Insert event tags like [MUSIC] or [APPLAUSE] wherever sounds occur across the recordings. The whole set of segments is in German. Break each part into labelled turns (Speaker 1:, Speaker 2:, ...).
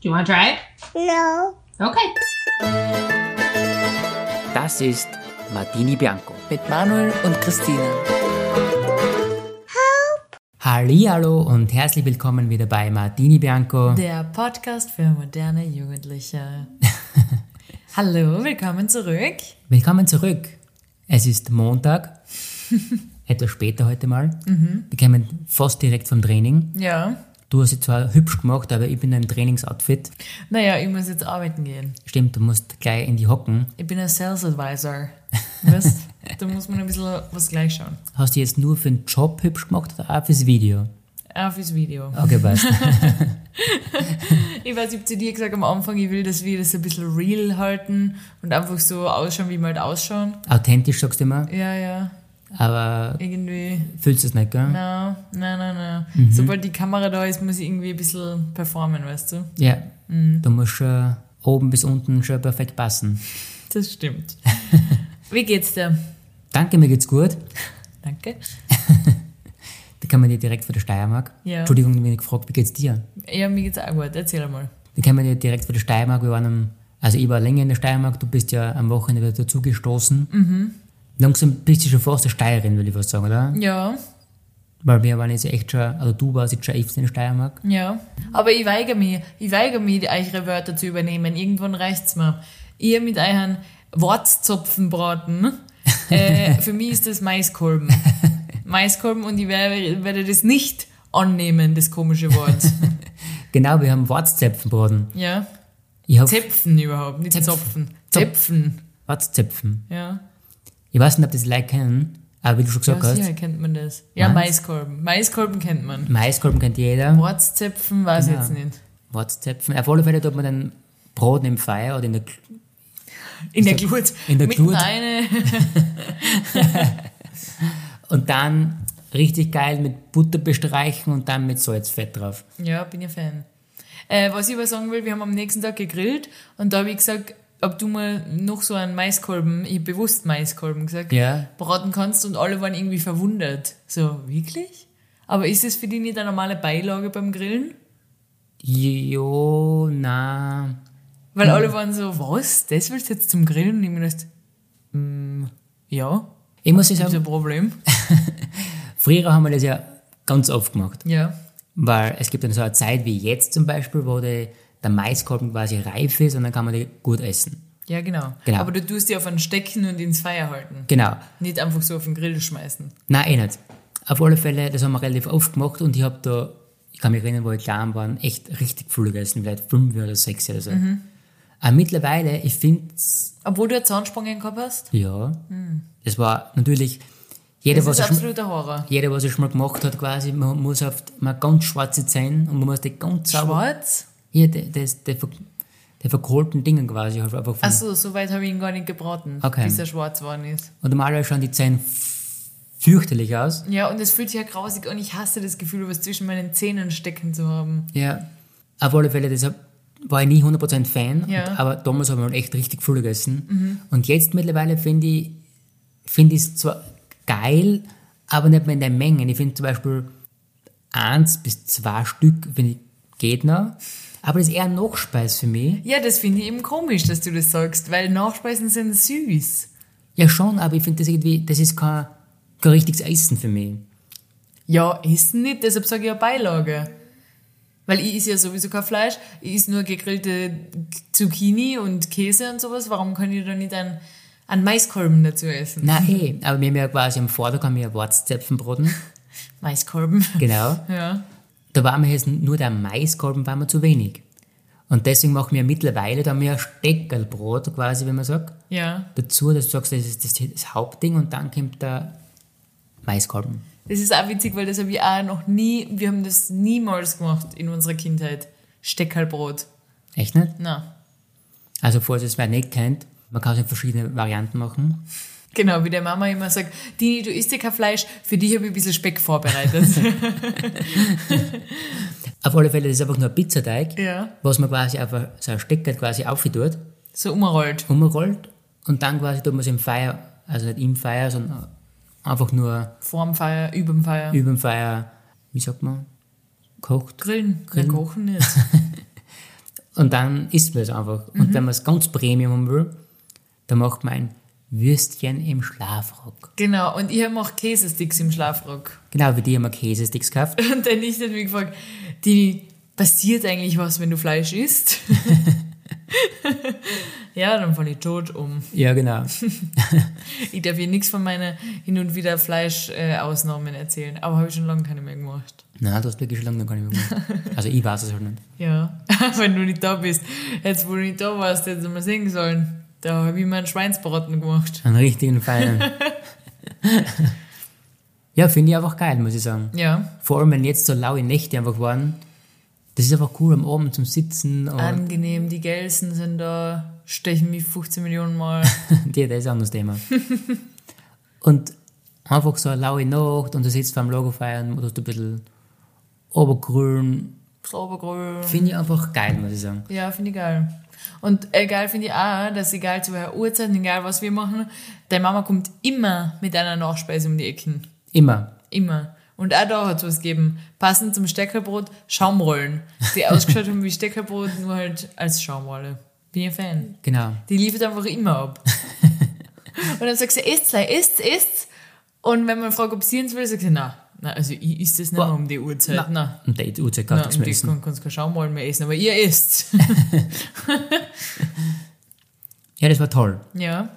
Speaker 1: Do you want to try it?
Speaker 2: No.
Speaker 1: Okay.
Speaker 3: Das ist Martini Bianco.
Speaker 4: Mit Manuel und Christine.
Speaker 3: Hallo und herzlich willkommen wieder bei Martini Bianco.
Speaker 4: Der Podcast für moderne [LAUGHS] Jugendliche. Hallo, willkommen zurück.
Speaker 3: Willkommen zurück. Es ist [LAUGHS] Montag. Etwas später heute mal. Wir kämen fast direkt vom Training.
Speaker 4: Ja.
Speaker 3: Du hast es zwar hübsch gemacht, aber ich bin in einem Trainingsoutfit.
Speaker 4: Naja, ich muss jetzt arbeiten gehen.
Speaker 3: Stimmt, du musst gleich in die Hocken.
Speaker 4: Ich bin ein Sales [LAUGHS] Advisor. Weißt, da muss man ein bisschen was gleich schauen.
Speaker 3: Hast du jetzt nur für den Job hübsch gemacht oder auch fürs Video?
Speaker 4: Auf das Video.
Speaker 3: Okay, [LAUGHS] passt.
Speaker 4: Ich weiß, ich hab zu dir gesagt am Anfang, ich will, dass wir das ein bisschen real halten und einfach so ausschauen, wie wir halt ausschauen.
Speaker 3: Authentisch sagst du immer,
Speaker 4: Ja, ja.
Speaker 3: aber
Speaker 4: Irgendwie.
Speaker 3: fühlst du es nicht, gell?
Speaker 4: Na, na, na, na. Sobald die Kamera da ist, muss ich irgendwie ein bisschen performen, weißt du?
Speaker 3: Ja, du musst schon oben bis unten schon perfekt passen.
Speaker 4: Das [LAUGHS] stimmt. Wie geht's dir?
Speaker 3: Danke, mir geht's gut.
Speaker 4: Danke.
Speaker 3: Da kann man dir direkt von der Steiermark.
Speaker 4: Ja.
Speaker 3: Entschuldigung, wenn ich gefragt, wie geht's dir?
Speaker 4: Ja, mir geht's auch gut. Erzähl mal.
Speaker 3: Da kann man dir direkt von der Steiermark. Wir waren am, also ich war länger in der Steiermark, du bist ja am Wochenende wieder dazugestoßen. Langsam bist du schon fast eine Steirerin, würde ich fast sagen, oder?
Speaker 4: Mhm. Ja,
Speaker 3: Weil wir waren jetzt echt schon, also du warst jetzt schon echt in der Steiermark.
Speaker 4: ja. Aber ich weigere mich, ich weigere mich, eure Wörter zu übernehmen. Irgendwann reicht's mir. Ihr mit euren [LAUGHS] Wortzopfenbraten, äh, für mich ist das [LAUGHS] Maiskolben. Maiskolben und ich werde, werde das nicht annehmen, das komische [LAUGHS] Wort.
Speaker 3: Genau, wir haben Warzzäpfenbraten.
Speaker 4: Ja.
Speaker 3: Ich hab
Speaker 4: Zäpfen überhaupt, nicht
Speaker 3: Zäpf-
Speaker 4: Zopfen.
Speaker 3: Zopf.
Speaker 4: Zäpfen.
Speaker 3: Warzzäpfen.
Speaker 4: Ja.
Speaker 3: Ich weiß nicht, ob das die Leute kennen, aber wie du schon gesagt
Speaker 4: ja,
Speaker 3: hast,
Speaker 4: sicher kennt man das. Ja,
Speaker 3: Meinst?
Speaker 4: Maiskolben. Maiskolben kennt man.
Speaker 3: Maiskolben kennt jeder.
Speaker 4: Wortzäpfen weiß ich
Speaker 3: Ja.
Speaker 4: jetzt nicht.
Speaker 3: Warzzäpfen. Auf alle Fälle tut man dann Braten im Feuer oder in der Gl-
Speaker 4: In der
Speaker 3: sag-
Speaker 4: Glut.
Speaker 3: in der
Speaker 4: Mitten
Speaker 3: Glut.
Speaker 4: Eine,
Speaker 3: und dann richtig geil mit Butter bestreichen und dann mit Salzfett drauf.
Speaker 4: [LAUGHS] ja, bin ja Fan. Äh, was ich aber sagen will, wir haben am nächsten Tag gegrillt und da habe ich gesagt, ob du mal noch so einen Maiskolben, ich hab bewusst Maiskolben gesagt,
Speaker 3: Ja.
Speaker 4: braten kannst und alle waren irgendwie verwundert. So, wirklich? Aber ist es für die nicht eine normale Beilage beim Grillen?
Speaker 3: Jo, na.
Speaker 4: Weil
Speaker 3: Hm.
Speaker 4: alle waren so, was? Das willst du jetzt zum Grillen? Und ich mir gedacht, mm, ja,
Speaker 3: Ich muss ja
Speaker 4: ist ein
Speaker 3: sagen, [LAUGHS]
Speaker 4: Problem.
Speaker 3: früher haben wir das ja ganz oft gemacht.
Speaker 4: Ja,
Speaker 3: Weil es gibt dann so eine Zeit wie jetzt zum Beispiel, wo die, der Maiskolben quasi reif ist und dann kann man den gut essen.
Speaker 4: ja, genau.
Speaker 3: Genau.
Speaker 4: Aber du tust die auf einen Stecken und ins Feuer halten.
Speaker 3: Genau.
Speaker 4: Nicht einfach so auf den Grill schmeißen.
Speaker 3: Nein, eh nicht. Auf alle Fälle, das haben wir relativ oft gemacht und ich habe da, ich kann mich erinnern, wo ich klein war, echt richtig viel gegessen, vielleicht fünf oder sechs oder so. Aber mittlerweile, ich finde
Speaker 4: Obwohl du einen Zahnsprung gehabt hast?
Speaker 3: ja, es war natürlich, jeder
Speaker 4: Das
Speaker 3: was,
Speaker 4: ist
Speaker 3: er schon,
Speaker 4: absoluter Horror.
Speaker 3: jeder, was er schon mal gemacht hat, quasi, man muss auf man hat ganz schwarze Zähne und man muss die ganz sauber,
Speaker 4: Schwarz?
Speaker 3: hier, die, das- die ver- die verkohlten Dinge quasi, halt einfach von,
Speaker 4: Achso, so weit habe ich ihn gar nicht gebraten,
Speaker 3: Okay.
Speaker 4: bis er schwarz geworden ist.
Speaker 3: und normalerweise schauen die Zähne f- fürchterlich aus.
Speaker 4: Ja, und es fühlt sich ja grausig an. Ich hasse das Gefühl, was zwischen meinen Zähnen stecken zu haben.
Speaker 3: Ja, auf alle Fälle, deshalb war ich nie 100% Fan,
Speaker 4: Ja.
Speaker 3: und, aber damals habe ich mal echt richtig viel gegessen. Und jetzt mittlerweile finde ich finde ich es zwar geil, aber nicht mehr in der Menge. Ich finde zum Beispiel eins bis zwei Stück finde ich, geht noch, aber das ist eher ein Nachspeis für mich.
Speaker 4: Ja, das finde ich eben komisch, dass du das sagst, weil Nachspeisen sind süß.
Speaker 3: Ja schon, aber ich finde das irgendwie, das ist kein, kein richtiges Essen für mich.
Speaker 4: Ja, essen nicht, deshalb sage ich ja Beilage. Weil ich esse ja sowieso kein Fleisch, ich esse nur gegrillte Zucchini und Käse und sowas. Warum kann ich da nicht einen, einen Maiskolben dazu essen?
Speaker 3: Nein, eh, aber wir haben ja quasi am Vortag haben wir ja Warzzäpfenbraten,
Speaker 4: Maiskolben.
Speaker 3: genau.
Speaker 4: [LAUGHS] Ja.
Speaker 3: Da war mir jetzt nur der Maiskolben war mir zu wenig. Und deswegen machen wir mittlerweile da mehr Steckerlbrot, quasi, wenn man sagt,
Speaker 4: Ja.
Speaker 3: dazu, dass du sagst, das ist das, das Hauptding und dann kommt der Maiskolben.
Speaker 4: Das ist auch witzig, weil das habe ich auch noch nie, wir haben das niemals gemacht in unserer Kindheit. Steckerlbrot.
Speaker 3: Echt nicht?
Speaker 4: Na,
Speaker 3: Also, falls es wer nicht kennt, man kann es in verschiedene Varianten machen.
Speaker 4: genau, wie der Mama immer sagt, Dini, du isst ja kein Fleisch, für dich habe ich ein bisschen Speck vorbereitet.
Speaker 3: Auf alle Fälle, das ist einfach nur ein Pizzateig,
Speaker 4: ja.
Speaker 3: was man quasi auf ein- so ein Steckerl quasi aufgetut,
Speaker 4: So umrollt.
Speaker 3: umrollt und dann quasi tut man es im Feuer, also nicht im Feuer, sondern einfach nur
Speaker 4: Vorm Feier, überm Feier.
Speaker 3: über dem Feuer, wie sagt man, kocht.
Speaker 4: Grillen. Grillen. kochen nicht.
Speaker 3: Und dann isst man es einfach. Und wenn man es ganz Premium haben will, dann macht man ein Würstchen im Schlafrock.
Speaker 4: Genau, und ich habe auch Käsesticks im Schlafrock. [LAUGHS]
Speaker 3: Genau, wie die haben wir Käsesticks gekauft.
Speaker 4: Und dann ich dann mich gefragt, Dini, passiert eigentlich was, wenn du Fleisch isst? [LAUGHS] ja, dann falle ich tot um.
Speaker 3: Ja, genau.
Speaker 4: Ich darf hier nichts von meiner hin und wieder Fleisch-Ausnahmen erzählen, aber habe ich schon lange keine mehr gemacht.
Speaker 3: Na, du hast wirklich schon lange noch gar nicht mehr gemacht. Also ich weiß es halt nicht.
Speaker 4: Ja, [LAUGHS] wenn du nicht da bist. Jetzt, wo du nicht da warst, hättest du mal sehen sollen. Da habe ich mir einen Schweinsbraten gemacht.
Speaker 3: Einen richtigen feinen. ja, finde ich einfach geil, muss ich sagen.
Speaker 4: Ja,
Speaker 3: Vor allem, wenn jetzt so laue Nächte einfach waren. Das ist einfach cool, am Abend zum Sitzen und
Speaker 4: Ah, angenehm, die Gelsen sind da, stechen mich 15 Millionen [LAUGHS] Mal.
Speaker 3: Ja, das ist eh ein anderes
Speaker 4: [LAUGHS]
Speaker 3: Thema. und einfach so eine laue Nacht und du sitzt vor dem Lagerfeuer und du hast ein bisschen obergrün.
Speaker 4: Saubergrün.
Speaker 3: Finde ich einfach geil, muss ich sagen.
Speaker 4: Ja, finde ich geil. Und äh, geil finde ich auch, dass egal zu welcher Uhrzeit, egal was wir machen, deine Mama kommt immer mit einer Nachspeise um die Ecken.
Speaker 3: Immer.
Speaker 4: Immer. Und auch da hat es was gegeben. Passend zum Steckerbrot, Schaumrollen. Die ausgeschaut haben wie Steckerbrot, nur halt als Schaumrolle. Bin ich ein Fan.
Speaker 3: Genau.
Speaker 4: Die liefert einfach immer ab. Und dann sagst du, isst isst isst Und wenn man fragt, ob sie ins will, sagt sie, na, na, also ich isst das nicht mehr um die Uhrzeit. Na,
Speaker 3: Und der Uhrzeit kann
Speaker 4: na,
Speaker 3: nichts
Speaker 4: und
Speaker 3: mehr
Speaker 4: ich
Speaker 3: essen.
Speaker 4: kann, kannst kein Schaumrollen mehr essen, aber ihr isst.
Speaker 3: Ja, das war toll.
Speaker 4: [LAUGHS] Ja.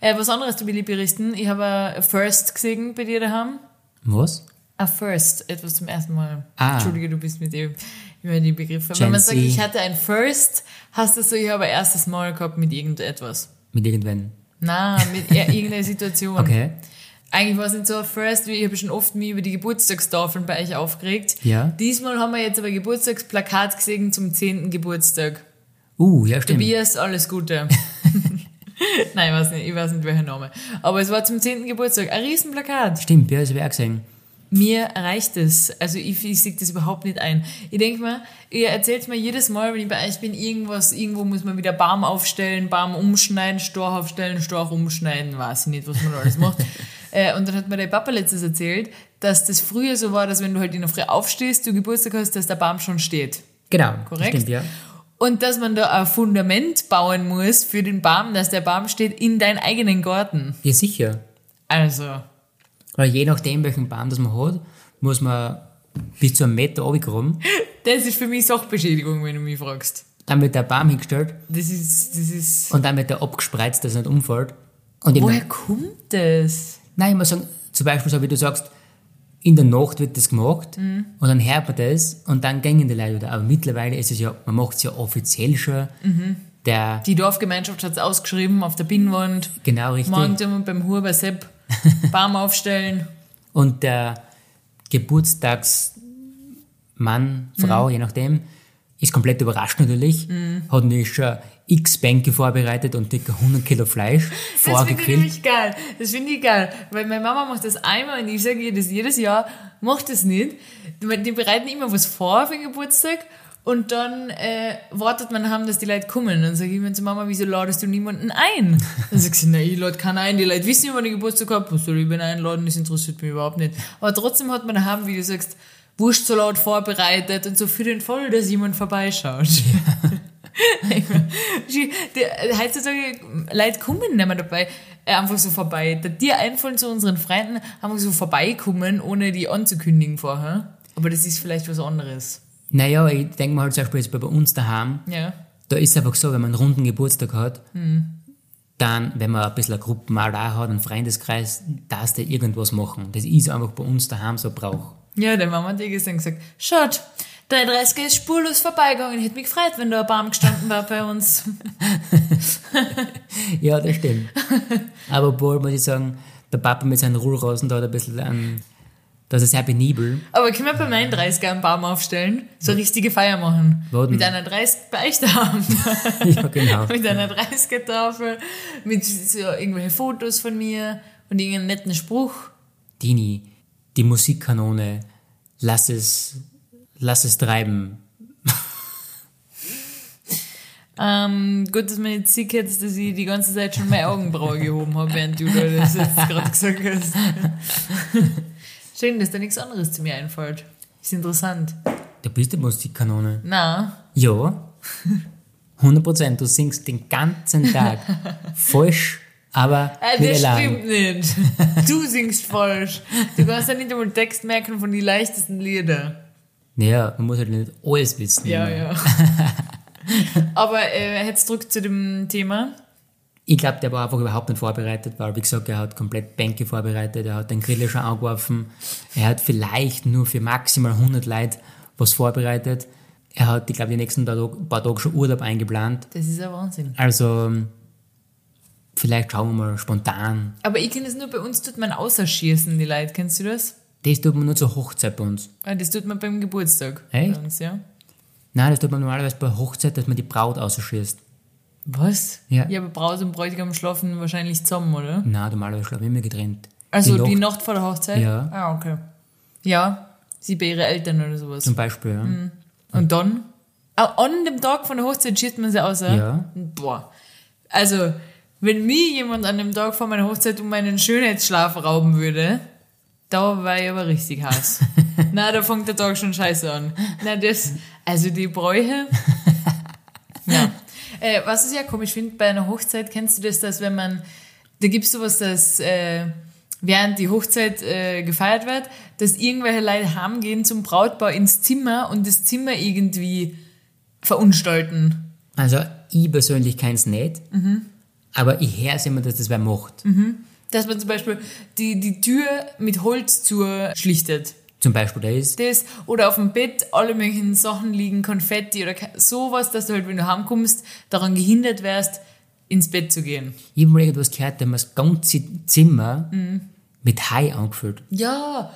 Speaker 4: Äh, was anderes zu Billy berichten. Ich habe ein First gesehen bei dir daheim.
Speaker 3: Was?
Speaker 4: A Ah, First, etwas zum ersten Mal.
Speaker 3: Ah.
Speaker 4: Entschuldige, du bist mit dem immer die Begriffe.
Speaker 3: Gen
Speaker 4: Wenn man sagt,
Speaker 3: Z.
Speaker 4: ich hatte ein First, hast du so, ich habe ein erstes Mal gehabt mit irgendetwas.
Speaker 3: Mit irgendwen.
Speaker 4: Na,
Speaker 3: [LAUGHS]
Speaker 4: mit ir- irgendeiner Situation.
Speaker 3: Okay.
Speaker 4: Eigentlich war es nicht so ein First, wie ich habe schon oft mich über die Geburtstagstafeln bei euch aufgeregt.
Speaker 3: Ja.
Speaker 4: Diesmal haben wir jetzt aber Geburtstagsplakat gesehen zum 10. Geburtstag.
Speaker 3: Uh, ja, stimmt.
Speaker 4: Tobias,
Speaker 3: [LAUGHS]
Speaker 4: alles Gute. Nein, ich weiß nicht, ich weiß nicht, welcher Name. Aber es war zum 10. Geburtstag. Ein Riesenplakat.
Speaker 3: Stimmt, ja, das habe ich auch gesehen.
Speaker 4: Mir reicht es. Also ich, ich sehe das überhaupt nicht ein. Ich denke mal, ihr erzählt mir jedes Mal, wenn ich bei euch bin, irgendwas, irgendwo muss man wieder Baum aufstellen, Baum umschneiden, Storch aufstellen, Storch umschneiden, weiß ich nicht, was man alles macht. äh, und dann hat mir der Papa letztes erzählt, dass das früher so war, dass wenn du halt in der Früh aufstehst, du Geburtstag hast, dass der Baum schon steht.
Speaker 3: Genau.
Speaker 4: Korrekt.
Speaker 3: Stimmt, ja.
Speaker 4: Und dass man da ein Fundament bauen muss für den Baum, dass der Baum steht in deinem eigenen Garten.
Speaker 3: Ja, sicher.
Speaker 4: Also,
Speaker 3: Weil je nachdem, welchen Baum das man hat, muss man bis zu einem Meter runterkommen.
Speaker 4: das ist für mich Sachbeschädigung, wenn du mich fragst.
Speaker 3: Dann wird der Baum hingestellt
Speaker 4: Das ist, das ist.
Speaker 3: und dann wird der abgespreizt, dass er nicht umfällt. Und im
Speaker 4: Woher kommt das?
Speaker 3: Nein, ich muss sagen, zum Beispiel so wie du sagst, in der Nacht wird das gemacht
Speaker 4: Mhm.
Speaker 3: und dann hört man das und dann gehen die Leute wieder. Aber mittlerweile ist es ja, man macht es ja offiziell schon.
Speaker 4: Mhm.
Speaker 3: Der,
Speaker 4: Die Dorfgemeinschaft hat es ausgeschrieben auf der Pinnwand.
Speaker 3: genau richtig.
Speaker 4: Morgen tun wir beim Huber Sepp Baum aufstellen.
Speaker 3: Und der Geburtstagsmann,
Speaker 4: Mhm.
Speaker 3: Frau, je nachdem, ist komplett überrascht natürlich.
Speaker 4: Mhm.
Speaker 3: Hat natürlich schon x Bänke vorbereitet und circa 100 Kilo Fleisch
Speaker 4: [LAUGHS] Das finde ich
Speaker 3: vorgegrillt.
Speaker 4: nämlich geil. Das finde ich geil. Weil meine Mama macht das einmal und ich sage ihr das jedes Jahr, macht das nicht. Die die bereiten immer was vor für den Geburtstag und dann äh, wartet man haben, dass die Leute kommen. Dann sage ich mir zu Mama, wieso ladest du niemanden ein? Dann sagt sie, na, ich lade keinen ein. Die Leute wissen ja, wann ich Geburtstag habe. Was soll ich denn einladen? Das interessiert mich überhaupt nicht. Aber trotzdem hat man daheim, wie du sagst, Wurstsalat vorbereitet und so für den Fall, dass jemand vorbeischaut. Die- die- Heutzutage, Leute kommen nicht mehr dabei, äh, einfach so vorbei. Da dir einfallen zu unseren Freunden, einfach so vorbeikommen, ohne die anzukündigen vorher. Aber das ist vielleicht was anderes.
Speaker 3: Naja, ich denke mal halt zum Beispiel jetzt bei uns daheim,
Speaker 4: Ja.
Speaker 3: da ist es einfach so, wenn man einen runden Geburtstag hat, dann, wenn man ein bisschen eine Gruppe mal da hat, einen Freundeskreis, darfst du irgendwas machen. Das ist einfach bei uns daheim so Brauch.
Speaker 4: Ja, der Mama hat eh gestern gesagt, schaut, dein 30 ist spurlos vorbeigegangen. Hätte mich gefreut, wenn da ein Baum gestanden war bei uns.
Speaker 3: Ja, das stimmt. Aber obwohl, muss ich sagen, der Papa mit seinen Ruhlrosen da hat ein bisschen an, das ist sehr penibel.
Speaker 4: Aber können wir bei meinen 30 einen Baum aufstellen? So eine richtige Feier machen.
Speaker 3: Wo denn?
Speaker 4: Mit einer 30 Beichtabend.
Speaker 3: ja, genau.
Speaker 4: mit einer 30er-Tafel, mit so irgendwelchen Fotos von mir und irgendeinen netten Spruch.
Speaker 3: Dini, die Musikkanone, lass es, lass es treiben.
Speaker 4: Ähm, gut, dass man jetzt sieht jetzt, dass ich die ganze Zeit schon meine Augenbraue gehoben habe, während du da das jetzt gerade gesagt
Speaker 3: [LAUGHS]
Speaker 4: hast. Schön, dass da nichts anderes zu mir einfällt. Ist interessant.
Speaker 3: Du bist die Musikkanone.
Speaker 4: Na,
Speaker 3: Ja. 100 Prozent. Du singst den ganzen
Speaker 4: [LAUGHS]
Speaker 3: Tag falsch, aber
Speaker 4: Äh,
Speaker 3: mit
Speaker 4: das
Speaker 3: Elan.
Speaker 4: stimmt nicht. Du singst falsch. Du kannst ja nicht einmal Text merken von den leichtesten Lieder.
Speaker 3: Naja, man muss halt nicht alles wissen.
Speaker 4: Ja,
Speaker 3: immer. [LAUGHS]
Speaker 4: ja. Aber äh, jetzt zurück zu dem Thema.
Speaker 3: Ich glaube, der war einfach überhaupt nicht vorbereitet, weil, wie gesagt, er hat komplett Bänke vorbereitet, er hat den Griller schon angeworfen, er hat vielleicht nur für maximal 100 Leute was vorbereitet. Er hat, ich glaube, die nächsten paar Tage, paar Tage schon Urlaub eingeplant.
Speaker 4: Das ist ja Wahnsinn.
Speaker 3: Also, vielleicht schauen wir mal spontan.
Speaker 4: Aber ich kenne es nur, bei uns tut man außerschießen, die Leute. Kennst du das?
Speaker 3: Das tut man nur zur Hochzeit bei uns.
Speaker 4: Ah, Das tut man beim Geburtstag.
Speaker 3: Echt?
Speaker 4: Bei uns, ja.
Speaker 3: Nein, das tut man normalerweise bei Hochzeit, dass man die Braut ausschießt.
Speaker 4: Was?
Speaker 3: Ja.
Speaker 4: Ja, aber Braut und Bräutigam schlafen wahrscheinlich zusammen, oder?
Speaker 3: Nein, normalerweise schlafen wir immer getrennt.
Speaker 4: Also die Nacht,
Speaker 3: Nacht
Speaker 4: vor der Hochzeit?
Speaker 3: Ja.
Speaker 4: Ah, okay. Ja, sie bei ihren Eltern oder sowas.
Speaker 3: zum Beispiel, ja.
Speaker 4: Mhm. Und dann? Ah, an dem Tag von der Hochzeit schießt man sie aus, oder?
Speaker 3: Ja.
Speaker 4: Boah. Also, wenn mir jemand an dem Tag vor meiner Hochzeit um meinen Schönheitsschlaf rauben würde, da war ich aber
Speaker 3: [LAUGHS]
Speaker 4: richtig heiß. Na, da fängt der Tag schon scheiße an. Na, das, also die Bräuche. ja. Äh, was ich ja komisch finde, bei einer Hochzeit kennst du das, dass wenn man, da gibt's sowas, dass äh, während die Hochzeit äh, gefeiert wird, dass irgendwelche Leute heimgehen zum Brautbau ins Zimmer und das Zimmer irgendwie verunstalten.
Speaker 3: [LAUGHS] Also, ich persönlich kann es nicht,
Speaker 4: Mhm.
Speaker 3: aber ich höre es immer, dass das wer macht.
Speaker 4: Dass man zum Beispiel die, die Tür mit Holz zur schlichtet.
Speaker 3: Zum Beispiel, da ist
Speaker 4: Das, oder auf dem Bett alle möglichen Sachen liegen, Konfetti oder ke- sowas, dass du halt, wenn du heimkommst, daran gehindert wärst, ins Bett zu gehen.
Speaker 3: Ich habe mal irgendwas gehört, da haben wir das ganze Zimmer
Speaker 4: Mhm.
Speaker 3: mit Hai angefüllt.
Speaker 4: Ja,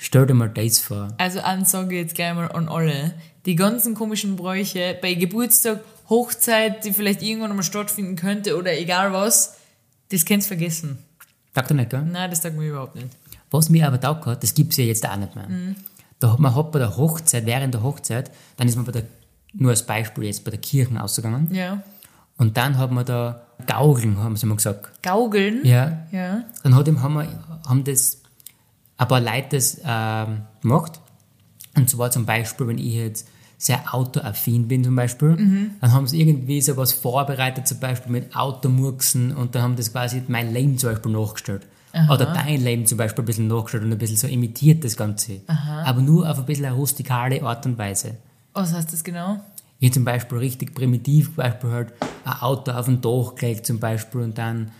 Speaker 3: Stell dir mal das vor.
Speaker 4: also Ansage jetzt gleich mal an alle. Die ganzen komischen Bräuche bei Geburtstag, Hochzeit, die vielleicht irgendwann mal stattfinden könnte oder egal was, das kannst du vergessen.
Speaker 3: Taugt dir nicht, gell?
Speaker 4: Nein, das sagt mir überhaupt nicht.
Speaker 3: Was mir aber taugt hat, das gibt es ja jetzt auch nicht mehr.
Speaker 4: Mhm.
Speaker 3: Da hat man hat bei der Hochzeit, während der Hochzeit, dann ist man bei der, nur als Beispiel jetzt bei der Kirche ausgegangen.
Speaker 4: Ja.
Speaker 3: Und dann hat man da Gaugeln, haben sie mal gesagt.
Speaker 4: Gaugeln.
Speaker 3: Ja.
Speaker 4: Ja.
Speaker 3: Dann hat, ihm- haben, wir, haben das ein paar Leute das ähm, gemacht. Und zwar zum Beispiel, wenn ich jetzt sehr autoaffin bin zum Beispiel, dann haben sie irgendwie sowas vorbereitet, zum Beispiel mit Automurksen und dann haben das quasi mein Leben zum Beispiel nachgestellt. Oder dein Leben zum Beispiel ein bisschen nachgestellt und ein bisschen so imitiert das Ganze. Aber nur auf ein bisschen eine rustikale Art und Weise.
Speaker 4: Was heißt das genau?
Speaker 3: Ich zum Beispiel richtig primitiv, zum Beispiel halt ein Auto auf den Dach gelegt zum Beispiel und dann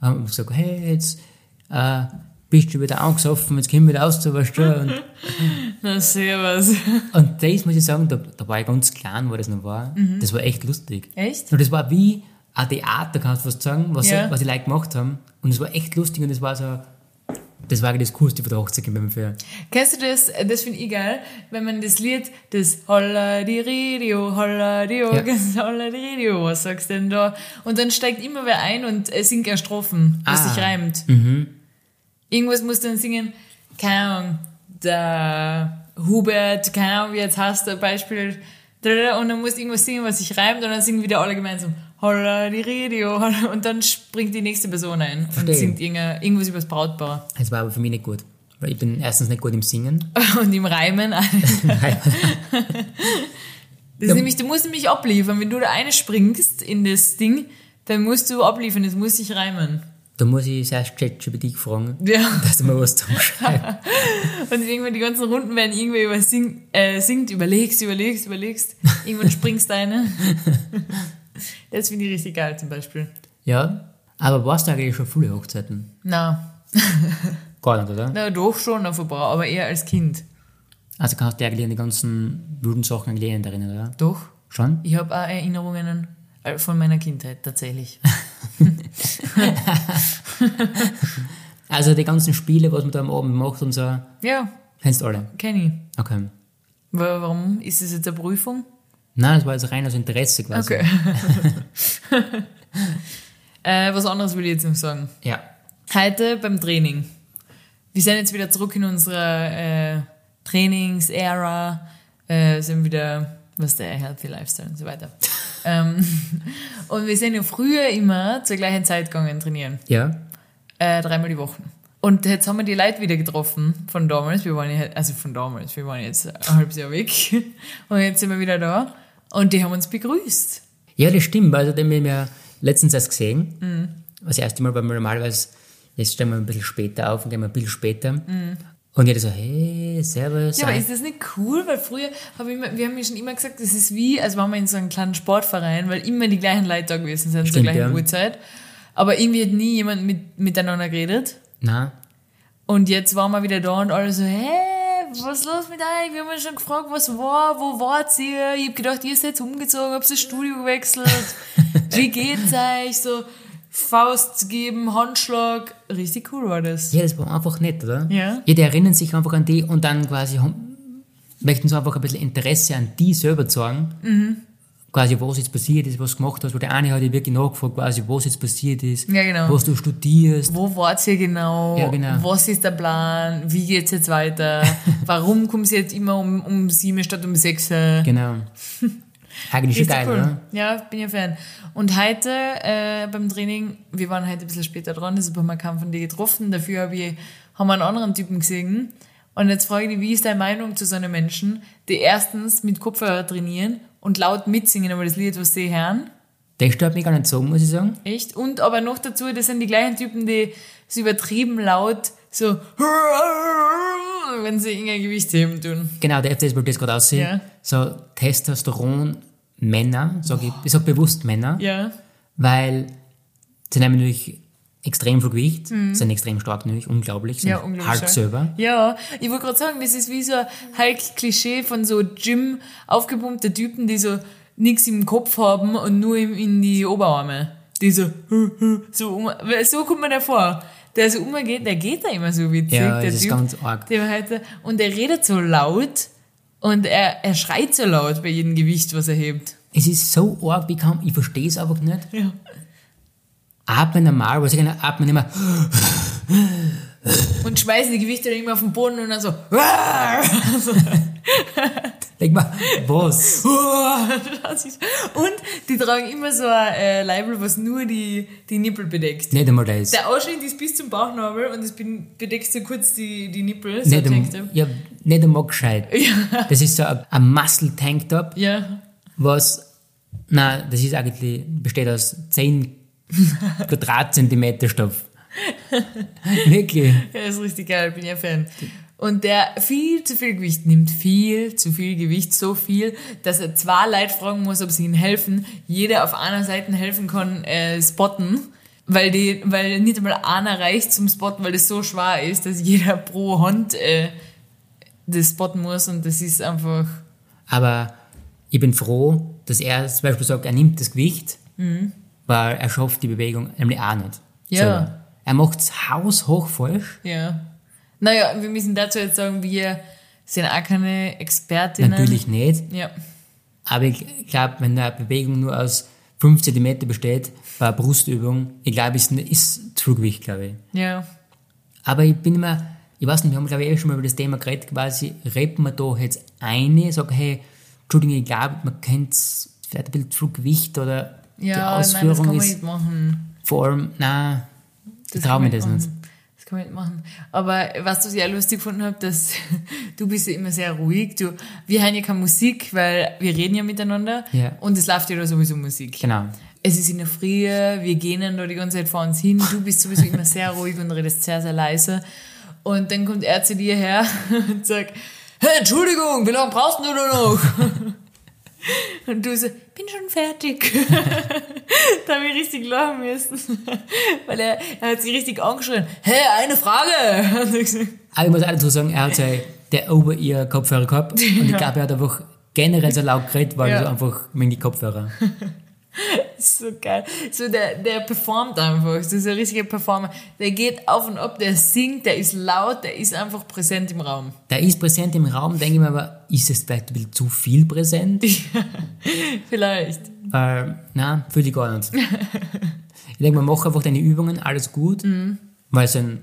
Speaker 3: haben wir gesagt, hey, jetzt äh, bist du wieder angesoffen, jetzt kommen wir wieder aus, weißt du?
Speaker 4: Mhm.
Speaker 3: Und,
Speaker 4: Na, servus.
Speaker 3: und das muss ich sagen, da, da war ich ganz klein, wo das noch war. Das war echt lustig.
Speaker 4: Mhm. Echt?
Speaker 3: Und das war wie ein Theater, kannst du fast sagen, was,
Speaker 4: Ja.
Speaker 3: was die Leute gemacht haben. Und es war echt lustig und das war so, das war das Coolste von der Hochzeit beim Fair.
Speaker 4: Kennst du das? Das finde ich geil, wenn man das Lied, das Holla die Radio, Holla die [LAUGHS]
Speaker 3: Ja.
Speaker 4: ja. Holla die Radio, was sagst du denn da? Und dann steigt immer wer ein und äh, singt ja Strophen, was
Speaker 3: Ah.
Speaker 4: sich reimt. Irgendwas musst du dann singen, keine Ahnung, der Hubert, keine Ahnung, wie jetzt heißt der Beispiel, und dann musst du irgendwas singen, was sich reimt, und dann singen wieder alle gemeinsam. Holla die Radio, holla, und dann springt die nächste Person ein
Speaker 3: Verstehe.
Speaker 4: und singt irgendein- irgendwas übers Brautpaar. [LAUGHS]
Speaker 3: Das war aber für mich nicht gut. Weil ich bin erstens nicht gut im Singen.
Speaker 4: Und im Reimen. Das ist nämlich, du musst nämlich abliefern. Wenn du da eine springst in das Ding, dann musst du abliefern, das muss sich reimen.
Speaker 3: Da muss ich zuerst ChatGPT fragen,
Speaker 4: Ja.
Speaker 3: dass du mir was zum Schreiben
Speaker 4: [LAUGHS] Und irgendwann die ganzen Runden werden irgendwie über sing, äh, singt, überlegst, überlegst, überlegst. Irgendwann springst du eine. [LAUGHS] Das finde ich richtig geil zum Beispiel.
Speaker 3: [LAUGHS] Ja, aber warst du eigentlich schon viele Hochzeiten?
Speaker 4: Na,
Speaker 3: Gar nicht, oder?
Speaker 4: na doch schon auf ein paar, aber eher als Kind.
Speaker 3: Also kannst du dich eigentlich an die ganzen wilden Sachen eigentlich nicht erinnern, oder?
Speaker 4: Doch.
Speaker 3: Schon?
Speaker 4: Ich habe auch Erinnerungen äh, von meiner Kindheit [LAUGHS] tatsächlich.
Speaker 3: Also die ganzen Spiele, was man da am Abend macht und so,
Speaker 4: Ja,
Speaker 3: kennst du alle?
Speaker 4: kenne ich.
Speaker 3: Okay.
Speaker 4: Wa- Warum? Ist das jetzt eine Prüfung?
Speaker 3: Nein, das war jetzt rein aus Interesse quasi.
Speaker 4: Okay. [LAUGHS] äh, was anderes will ich jetzt noch sagen.
Speaker 3: Ja.
Speaker 4: Heute beim Training. Wir sind jetzt wieder zurück in unserer äh, Trainings-Ära, äh, sind wieder, was der Healthy Lifestyle und so weiter. ähm, und wir sind ja früher immer zur gleichen Zeit gegangen trainieren,
Speaker 3: Ja?
Speaker 4: äh, dreimal die Woche. Und jetzt haben wir die Leute wieder getroffen von damals. Wir waren ja, also von damals, [LAUGHS] wir waren jetzt ein halbes Jahr weg. Und jetzt sind wir wieder da. Und die haben uns begrüßt.
Speaker 3: Ja, das stimmt. Also, den haben wir ja letztens erst gesehen. Das erste Mal, weil wir normalerweise, jetzt stellen wir ein bisschen später auf und gehen wir ein bisschen später. Und jeder so, hey, servus.
Speaker 4: Ja, aber
Speaker 3: hi.
Speaker 4: ist das nicht cool? Weil früher habe ich immer, wir haben ja schon immer gesagt, das ist wie, als waren wir in so einem kleinen Sportverein, weil immer die gleichen Leute da gewesen sind zur
Speaker 3: Stimmt,
Speaker 4: gleichen
Speaker 3: ja.
Speaker 4: Uhrzeit. Aber irgendwie hat nie jemand mit, miteinander geredet.
Speaker 3: Nein,
Speaker 4: Und jetzt waren wir wieder da und alle so, hey, was ist los mit euch? Wir haben uns schon gefragt, was war, wo wart ihr? Ich habe gedacht, ihr seid umgezogen, habt ihr das Studio gewechselt?
Speaker 3: [LAUGHS]
Speaker 4: wie geht's euch? So Faust geben, Handschlag. Richtig cool war das.
Speaker 3: ja, das war einfach nett, oder?
Speaker 4: Ja.
Speaker 3: Ja, die erinnern sich einfach an die und dann quasi haben- möchten so einfach ein bisschen Interesse an die selber zeigen.
Speaker 4: Mhm.
Speaker 3: Quasi, was jetzt passiert ist, was du gemacht hast. Weil der eine hat ja wirklich nachgefragt, quasi, was jetzt passiert ist,
Speaker 4: Ja, genau.
Speaker 3: was du studierst.
Speaker 4: Wo wart ihr genau?
Speaker 3: Ja, genau.
Speaker 4: Was ist der Plan? Wie geht's
Speaker 3: [LAUGHS]
Speaker 4: jetzt weiter? Warum kommen sie jetzt immer um, um sieben statt um sechs? Genau. [LAUGHS]
Speaker 3: Genau. Eigentlich schon geil, oder?
Speaker 4: Ja, bin ja Fan. Und heute äh, beim Training, wir waren heute ein bisschen später dran, deshalb haben wir keinen von dir getroffen. Dafür hab ich, haben wir einen anderen Typen gesehen. Und jetzt frage ich dich, wie ist deine Meinung zu so einem Menschen, die erstens mit Kopfhörer trainieren und laut mitsingen, aber das Lied, was sie hören?
Speaker 3: Das stört mich gar nicht so, muss ich sagen.
Speaker 4: Echt? Und aber noch dazu, das sind die gleichen Typen, die so übertrieben laut so, wenn sie irgendein Gewicht heben tun.
Speaker 3: Genau, der FDS wollte das gerade aussehen.
Speaker 4: Ja.
Speaker 3: So Testosteron-Männer, sag ich, ich sag bewusst Männer,
Speaker 4: Ja.
Speaker 3: weil sie nehmen natürlich extrem viel Gewicht, sind extrem stark natürlich, unglaublich, sind
Speaker 4: Mhm. Ja, unglaublich.
Speaker 3: Hm. Hulk
Speaker 4: stark.
Speaker 3: selber.
Speaker 4: Ja, ich wollte gerade sagen, das ist wie so ein Hulk-Klischee von so Gym aufgepumpte Typen, die so nichts im Kopf haben und nur im- in die Oberarme. Die so, so, um, weil so kommt man da vor. Der so umgeht, der geht da immer so witzig.
Speaker 3: Ja,
Speaker 4: der
Speaker 3: das ist ganz arg.
Speaker 4: Der heute, halt und er redet so laut und er, er schreit so laut bei jedem Gewicht, was er hebt.
Speaker 3: Es ist so arg, wie kaum, ich verstehe es einfach nicht.
Speaker 4: Ja.
Speaker 3: Atmen normal, weil sie können atmen immer,
Speaker 4: Und schmeißen die Gewichte dann immer auf den Boden und dann so, [LAUGHS]
Speaker 3: denk mal, was?
Speaker 4: Das ist- Und die tragen immer so ein äh, Leibel, was nur die, die Nippel bedeckt.
Speaker 3: nicht einmal das.
Speaker 4: Der Ausschnitt ist bis zum Bauchnabel und es bin- bedeckt so kurz die, die Nippel. So
Speaker 3: Nicht
Speaker 4: tankt
Speaker 3: einmal, ja, nicht einmal gescheit.
Speaker 4: [LAUGHS]
Speaker 3: Das ist so ein, ein Muscle-Tanktop,
Speaker 4: Ja.
Speaker 3: was, na, das ist eigentlich, besteht aus 10
Speaker 4: [LAUGHS]
Speaker 3: Quadratzentimeter Stoff. Wirklich.
Speaker 4: ja, ist richtig geil, bin ja Fan. Und der viel zu viel Gewicht nimmt, viel zu viel Gewicht, so viel, dass er zwei Leute fragen muss, ob sie ihm helfen. Jeder auf einer Seite helfen kann, äh, spotten. Weil, die, weil nicht einmal einer reicht zum Spotten, weil das so schwer ist, dass jeder pro Hand äh, das spotten muss und das ist einfach
Speaker 3: Aber ich bin froh, dass er zum Beispiel sagt, er nimmt das Gewicht, weil er schafft die Bewegung nämlich auch nicht.
Speaker 4: Ja.
Speaker 3: selber. Er macht es haushoch falsch.
Speaker 4: Ja. Naja, wir müssen dazu jetzt sagen, wir sind auch keine Expertinnen.
Speaker 3: Natürlich nicht.
Speaker 4: Ja.
Speaker 3: Aber ich glaube, wenn eine Bewegung nur aus 5 cm besteht, bei einer Brustübung, ich glaube, ist, ist Zugewicht, glaube ich.
Speaker 4: Ja.
Speaker 3: Aber ich bin immer, ich weiß nicht, wir haben glaube ich eh schon mal über das Thema geredet, quasi, reppen wir da jetzt eine, sagen, hey, Entschuldigung, ich glaube, man könnte es vielleicht ein bisschen zu Gewicht oder
Speaker 4: Ja,
Speaker 3: die
Speaker 4: nein, das kann
Speaker 3: Ausführung
Speaker 4: man
Speaker 3: ist
Speaker 4: nicht machen.
Speaker 3: vor allem, nein, ich
Speaker 4: kann
Speaker 3: traue
Speaker 4: man
Speaker 3: mir das nicht.
Speaker 4: machen. Das kann man nicht machen. Aber was du sehr lustig gefunden habe, dass [LAUGHS] du bist ja immer sehr ruhig. Du, wir hören ja keine Musik, weil wir reden ja miteinander.
Speaker 3: Ja.
Speaker 4: Und es läuft ja da sowieso Musik.
Speaker 3: Genau.
Speaker 4: Es ist in der Früh, wir gehen dann da die ganze Zeit vor uns hin. Du bist sowieso immer sehr ruhig und redest sehr, sehr leise. Und dann kommt er zu dir her [LAUGHS] und sagt, hey, Entschuldigung, wie lange brauchst du denn noch? [LAUGHS] Und du so, bin schon fertig. [LAUGHS] da habe ich richtig lachen müssen. [LAUGHS] Weil er, er hat sich richtig angeschrien, hey, eine Frage. [LAUGHS] Und ich so,
Speaker 3: Aber ich muss auch dazu sagen, er hat so der over ihr Kopfhörer
Speaker 4: [LAUGHS]
Speaker 3: gehabt und ich glaube, er hat einfach generell so laut geredet, weil
Speaker 4: Ja.
Speaker 3: so einfach mit den Kopfhörer.
Speaker 4: So geil. So, der, der performt einfach. So, so ein richtiger Performer. Der geht auf und ab, der singt, der ist laut, der ist einfach präsent im Raum.
Speaker 3: Der ist präsent im Raum, denke ich mir aber, ist es vielleicht ein bisschen zu viel präsent?
Speaker 4: Vielleicht.
Speaker 3: Weil, nein, fühle ich gar nicht. ich denke, man macht einfach deine Übungen, alles gut,
Speaker 4: Mhm.
Speaker 3: weil es ein,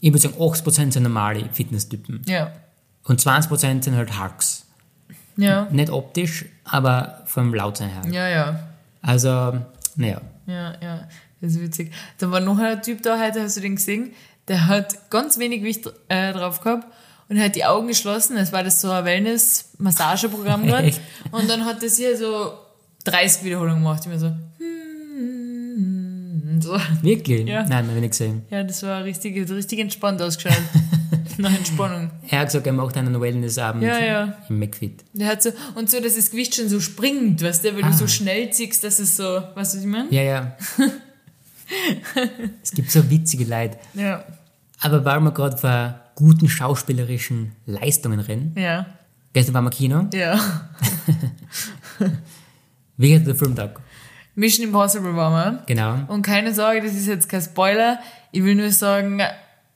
Speaker 3: ich würde sagen, 80% sind normale Fitnesstypen
Speaker 4: Ja.
Speaker 3: und 20% sind halt Hacks.
Speaker 4: Ja.
Speaker 3: Nicht optisch, aber vom Lautsein her.
Speaker 4: Ja, ja.
Speaker 3: Also, naja,
Speaker 4: Ja, ja. Das ist witzig. Da war noch ein Typ da heute, hast du den gesehen? Der hat ganz wenig Gewicht äh, drauf gehabt und hat die Augen geschlossen. Es war das so ein Wellness-Massageprogramm gerade.
Speaker 3: Echt?
Speaker 4: Und dann hat das hier so 30 Wiederholungen gemacht. Ich mir so, hm, so.
Speaker 3: Wirklich?
Speaker 4: Ja.
Speaker 3: Nein, habe ich nicht gesehen.
Speaker 4: Ja, das war richtig, richtig entspannt ausgeschaut. [LAUGHS] Nach Entspannung.
Speaker 3: Er hat gesagt, er macht einen Wellnessabend
Speaker 4: Ja, ja.
Speaker 3: im McFit.
Speaker 4: Der hat so, und so, dass das Gewicht schon so springt, weißt du, weil du so schnell ziehst, dass es so, weißt du, was ich meine?
Speaker 3: Ja, ja.
Speaker 4: [LAUGHS]
Speaker 3: es gibt so witzige Leute.
Speaker 4: Ja.
Speaker 3: Aber weil wir gerade von guten schauspielerischen Leistungen reden,
Speaker 4: Ja.
Speaker 3: gestern waren wir Kino,
Speaker 4: Ja.
Speaker 3: wie hat der Filmtag?
Speaker 4: Mission Impossible war mal.
Speaker 3: Genau.
Speaker 4: Und keine Sorge, das ist jetzt kein Spoiler. Ich will nur sagen,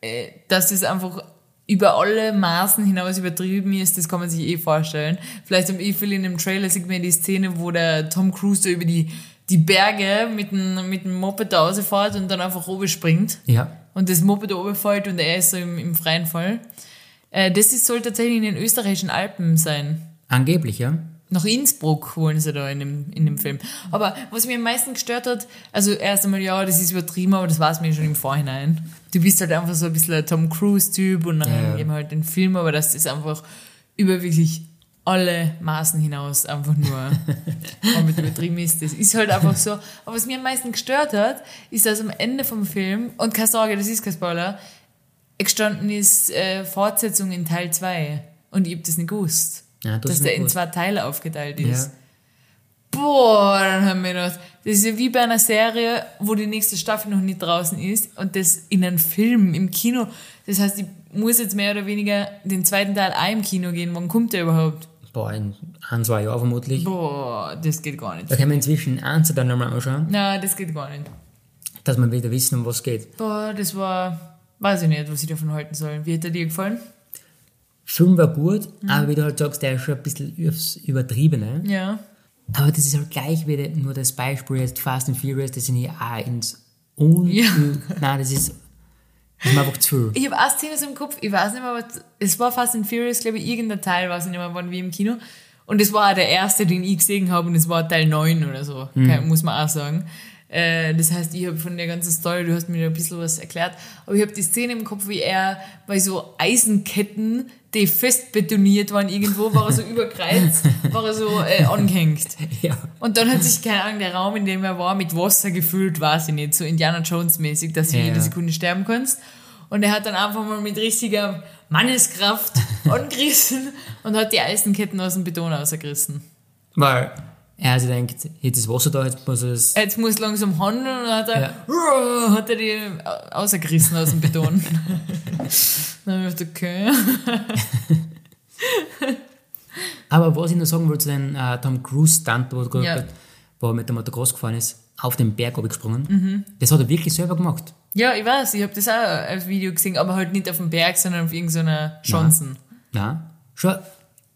Speaker 4: äh, dass das einfach über alle Maßen hinaus übertrieben ist, das kann man sich eh vorstellen. Vielleicht am E-Film in dem Trailer sieht man die Szene, wo der Tom Cruise da über die, die Berge mit dem, mit dem Moped da rausfährt und dann einfach oben springt.
Speaker 3: Ja.
Speaker 4: und das Moped da oben fällt und er ist so im, im freien Fall. Äh, das ist, soll tatsächlich in den österreichischen Alpen sein.
Speaker 3: Angeblich, ja.
Speaker 4: Nach Innsbruck holen sie da in dem, in dem Film. Aber was mich am meisten gestört hat, also erst einmal, ja, das ist übertrieben, aber das war es mir schon im Vorhinein. Du bist halt einfach so ein bisschen ein Tom Cruise-Typ und dann
Speaker 3: Ja, ja.
Speaker 4: eben halt den Film, aber das ist einfach über wirklich alle Maßen hinaus
Speaker 3: [LAUGHS]
Speaker 4: einfach nur komplett übertrieben ist. Das ist halt einfach so. Aber was mir am meisten gestört hat, ist, dass am Ende vom Film, und keine Sorge, das ist kein Spoiler, gestanden ist äh, Fortsetzung in Teil 2. Und ich hab das nicht gewusst.
Speaker 3: Ja, das
Speaker 4: dass
Speaker 3: ist
Speaker 4: der
Speaker 3: nicht
Speaker 4: in
Speaker 3: gewusst.
Speaker 4: zwei Teile aufgeteilt ist.
Speaker 3: ja.
Speaker 4: Boah, dann haben wir gedacht, das ist ja wie bei einer Serie, wo die nächste Staffel noch nicht draußen ist und das in einem Film, im Kino. Das heißt, ich muss jetzt mehr oder weniger den zweiten Teil auch im Kino gehen. Wann kommt der überhaupt?
Speaker 3: Boah, in ein, zwei Jahren vermutlich.
Speaker 4: Boah, das geht gar nicht.
Speaker 3: Da können wir inzwischen eins dann nochmal anschauen,
Speaker 4: Na, das geht gar nicht.
Speaker 3: dass wir wieder wissen, um was geht.
Speaker 4: Boah, das war, weiß ich nicht, was ich davon halten soll. Wie hat er dir gefallen?
Speaker 3: Film war gut,
Speaker 4: Mhm.
Speaker 3: aber wie du halt sagst, der ist schon ein bisschen übers Übertriebene.
Speaker 4: Ja.
Speaker 3: Aber das ist halt gleich wieder nur das Beispiel jetzt Fast and Furious, das sind hier auch ins Un...
Speaker 4: Ja.
Speaker 3: Nein, das ist, das ist mir einfach zu viel.
Speaker 4: Ich habe eine Szene so im Kopf, ich weiß nicht mehr, aber es war Fast and Furious, glaube ich, irgendein Teil, weiß ich nicht mehr, wann wir im Kino. Und es war auch der erste, den ich gesehen habe, und es war Teil 9 oder so, Kein- muss man auch sagen. Äh, Das heißt, ich habe von der ganzen Story, du hast mir da ein bisschen was erklärt, aber ich habe die Szene im Kopf, wie er bei so Eisenketten, die festbetoniert waren irgendwo, war er so [LAUGHS] überkreuzt, war er so äh, angehängt. [LAUGHS]
Speaker 3: Ja.
Speaker 4: Und dann hat sich, keine Ahnung, der Raum, in dem er war, mit Wasser gefüllt, weiß ich nicht, so Indiana Jones-mäßig, dass du
Speaker 3: Ja,
Speaker 4: jede
Speaker 3: ja.
Speaker 4: Sekunde sterben kannst. Und er hat dann einfach mal mit richtiger
Speaker 3: [LAUGHS]
Speaker 4: Manneskraft angerissen und hat die Eisenketten aus dem Beton rausgerissen.
Speaker 3: Weil er also denkt, jetzt ist Wasser da, jetzt muss es...
Speaker 4: Jetzt muss langsam handeln und dann hat er, [LAUGHS] hat er die rausgerissen aus
Speaker 3: [LAUGHS]
Speaker 4: dem Beton. dann habe ich gedacht, okay. [LAUGHS]
Speaker 3: Aber was ich noch sagen wollte zu dem äh, Tom Cruise-Stunt, wo, du
Speaker 4: Ja.
Speaker 3: gesagt hast, wo er mit dem Motocross gefahren ist, auf den Berg abgesprungen,
Speaker 4: Mhm.
Speaker 3: das hat er wirklich selber gemacht.
Speaker 4: Ja, ich weiß, ich habe das auch als Video gesehen, aber halt nicht auf dem Berg, sondern auf irgendeiner Schanzen.
Speaker 3: Nein. Schon,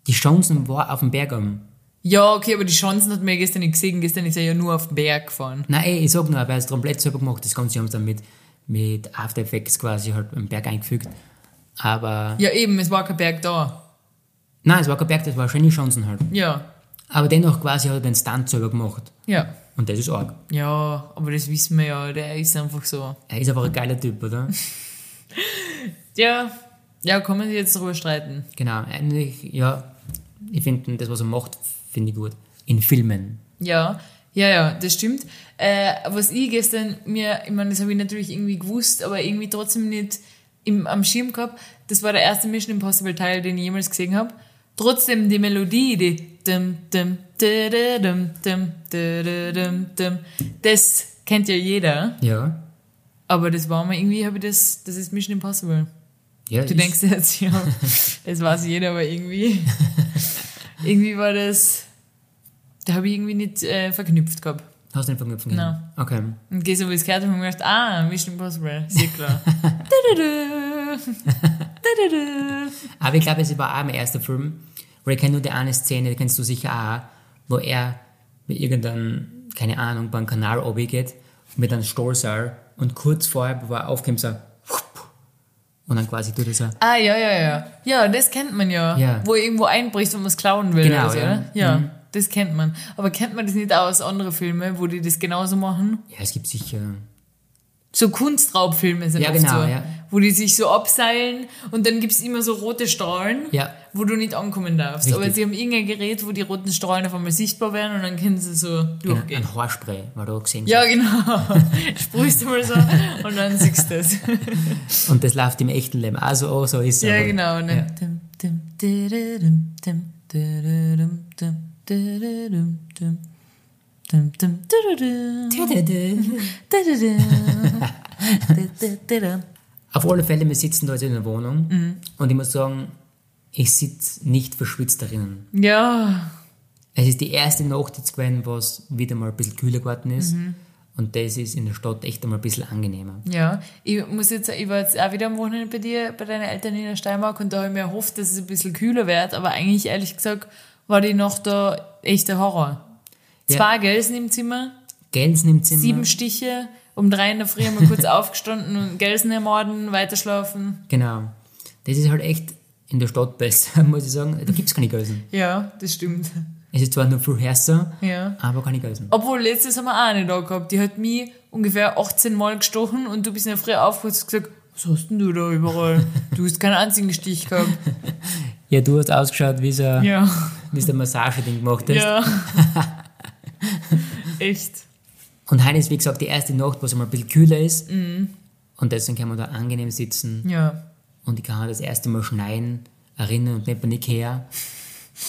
Speaker 3: die Chancen war auf dem Berg oben.
Speaker 4: Ja, okay, aber die Chancen hat man ja gestern nicht gesehen. Gestern ist er ja nur auf den Berg gefahren.
Speaker 3: Nein, ey, ich sag nur, weil er es komplett selber gemacht Das Ganze haben sie dann mit, mit After Effects quasi halt im Berg eingefügt. Aber
Speaker 4: Ja, eben, es war kein Berg da.
Speaker 3: nein, es war kein Berg, das war schöne Chancen halt.
Speaker 4: Ja,
Speaker 3: Aber dennoch quasi hat er den Stunt selber gemacht.
Speaker 4: ja.
Speaker 3: Und das ist arg.
Speaker 4: Ja, aber das wissen wir ja, der ist einfach so.
Speaker 3: Er ist einfach ein geiler Typ,
Speaker 4: [LAUGHS]
Speaker 3: oder?
Speaker 4: Ja, ja, kann man sich jetzt drüber streiten.
Speaker 3: genau, eigentlich, ja, ich finde das, was er macht, finde ich gut. In Filmen.
Speaker 4: Ja, ja, ja, das stimmt. Äh, was ich gestern mir, ich meine, das habe ich natürlich irgendwie gewusst, aber irgendwie trotzdem nicht im, am Schirm gehabt. Das war der erste Mission Impossible Teil, den ich jemals gesehen habe. Trotzdem die Melodie, die dum, dum, dum, dum, dum, dum, dum, dum, das kennt ja jeder,
Speaker 3: Ja.
Speaker 4: aber das war mir irgendwie, habe ich das, das ist Mission Impossible.
Speaker 3: ja
Speaker 4: Du
Speaker 3: ist-
Speaker 4: denkst dir jetzt, ja, das weiß jeder, aber irgendwie, irgendwie war das, da habe ich irgendwie nicht äh, verknüpft gehabt.
Speaker 3: Hast du nicht verknüpfen können? Okay.
Speaker 4: Und geh so, wie es gehört habe, und mir gedacht, ah, Mission Impossible, sehr
Speaker 3: [LAUGHS]
Speaker 4: klar. Dadadu. Dadadu.
Speaker 3: Aber ich glaube, es war auch mein erster Film, weil ich kenne nur die eine Szene, die kennst du sicher auch, wo er mit irgendeinem, keine Ahnung, beim Kanal geht, mit einem Stolzal und kurz vorher, bevor er aufkommt, so whupp, und dann quasi tut er so.
Speaker 4: ah, ja, ja, ja. Ja, das kennt man ja.
Speaker 3: Ja.
Speaker 4: Wo er irgendwo einbricht und was klauen will.
Speaker 3: Genau,
Speaker 4: oder so,
Speaker 3: ja.
Speaker 4: oder? ja
Speaker 3: Mhm.
Speaker 4: das kennt man. Aber kennt man das nicht auch aus anderen Filmen, wo die das genauso machen?
Speaker 3: Ja, es gibt sicher
Speaker 4: So Kunstraubfilme sind
Speaker 3: Ja,
Speaker 4: oft
Speaker 3: genau,
Speaker 4: so,
Speaker 3: ja.
Speaker 4: wo die sich so abseilen und dann gibt's immer so rote Strahlen,
Speaker 3: Ja.
Speaker 4: wo du nicht ankommen darfst.
Speaker 3: Richtig.
Speaker 4: Aber sie haben irgendein Gerät, wo die roten Strahlen auf einmal sichtbar werden und dann können sie so
Speaker 3: Genau,
Speaker 4: durchgehen.
Speaker 3: ein Haarspray, weil du gesehen
Speaker 4: Ja, genau. Sprühst du mal so und dann siehst
Speaker 3: [LAUGHS]
Speaker 4: du das.
Speaker 3: hast. Und das läuft im echten Leben auch so, oh, so ist es.
Speaker 4: Ja,
Speaker 3: aber-
Speaker 4: genau. Ne?
Speaker 3: Ja.
Speaker 4: Dum, dum, dididum, dum, dididum, dum, dididum, dum. Dum, dum, dididum, genau.
Speaker 3: Tüdüdü.
Speaker 4: dididum. Dididum.
Speaker 3: [LAUGHS] Auf alle Fälle, wir sitzen da jetzt in der Wohnung
Speaker 4: Mhm.
Speaker 3: und ich muss sagen, ich sitze nicht verschwitzt darinnen.
Speaker 4: Ja,
Speaker 3: Es ist die erste Nacht jetzt gewesen, was wieder mal ein bisschen kühler geworden ist.
Speaker 4: Mhm.
Speaker 3: Und das ist in der Stadt echt einmal ein bisschen angenehmer.
Speaker 4: ja. Ich muss jetzt, ich war jetzt auch wieder am Wochenende bei dir, bei deinen Eltern in der Steiermark und da habe ich mir erhofft, dass es ein bisschen kühler wird, aber eigentlich, ehrlich gesagt, war die Nacht da echter Horror.
Speaker 3: Ja.
Speaker 4: Zwei Gelsen im Zimmer,
Speaker 3: Gelsen im Zimmer.
Speaker 4: sieben Stiche, um drei in der Früh haben wir [LAUGHS] kurz aufgestanden und Gelsen ermorden, weiterschlafen.
Speaker 3: Genau. Das ist halt echt in der Stadt besser, [LAUGHS] muss ich sagen. Da gibt es keine Gelsen.
Speaker 4: Ja, das stimmt.
Speaker 3: Es ist zwar nur viel heißer,
Speaker 4: Ja.
Speaker 3: aber keine Gelsen.
Speaker 4: Obwohl, letztes haben wir auch eine da gehabt. Die hat mich ungefähr 18 Mal gestochen und du bist in der Früh aufgewacht und hast gesagt, was hast denn du da überall? Du hast keinen einzigen Stich gehabt.
Speaker 3: Ja, du hast ausgeschaut, wie so ja.
Speaker 4: [LAUGHS] Ja.
Speaker 3: ein Massageding gemacht hast.
Speaker 4: Ja. [LAUGHS] Echt.
Speaker 3: Und heute ist, wie gesagt, die erste Nacht, wo es einmal ein bisschen kühler ist.
Speaker 4: Mhm.
Speaker 3: Und deswegen kann man da angenehm sitzen.
Speaker 4: Ja.
Speaker 3: Und ich kann auch das erste Mal schneien, erinnern und nicht bei Ikea.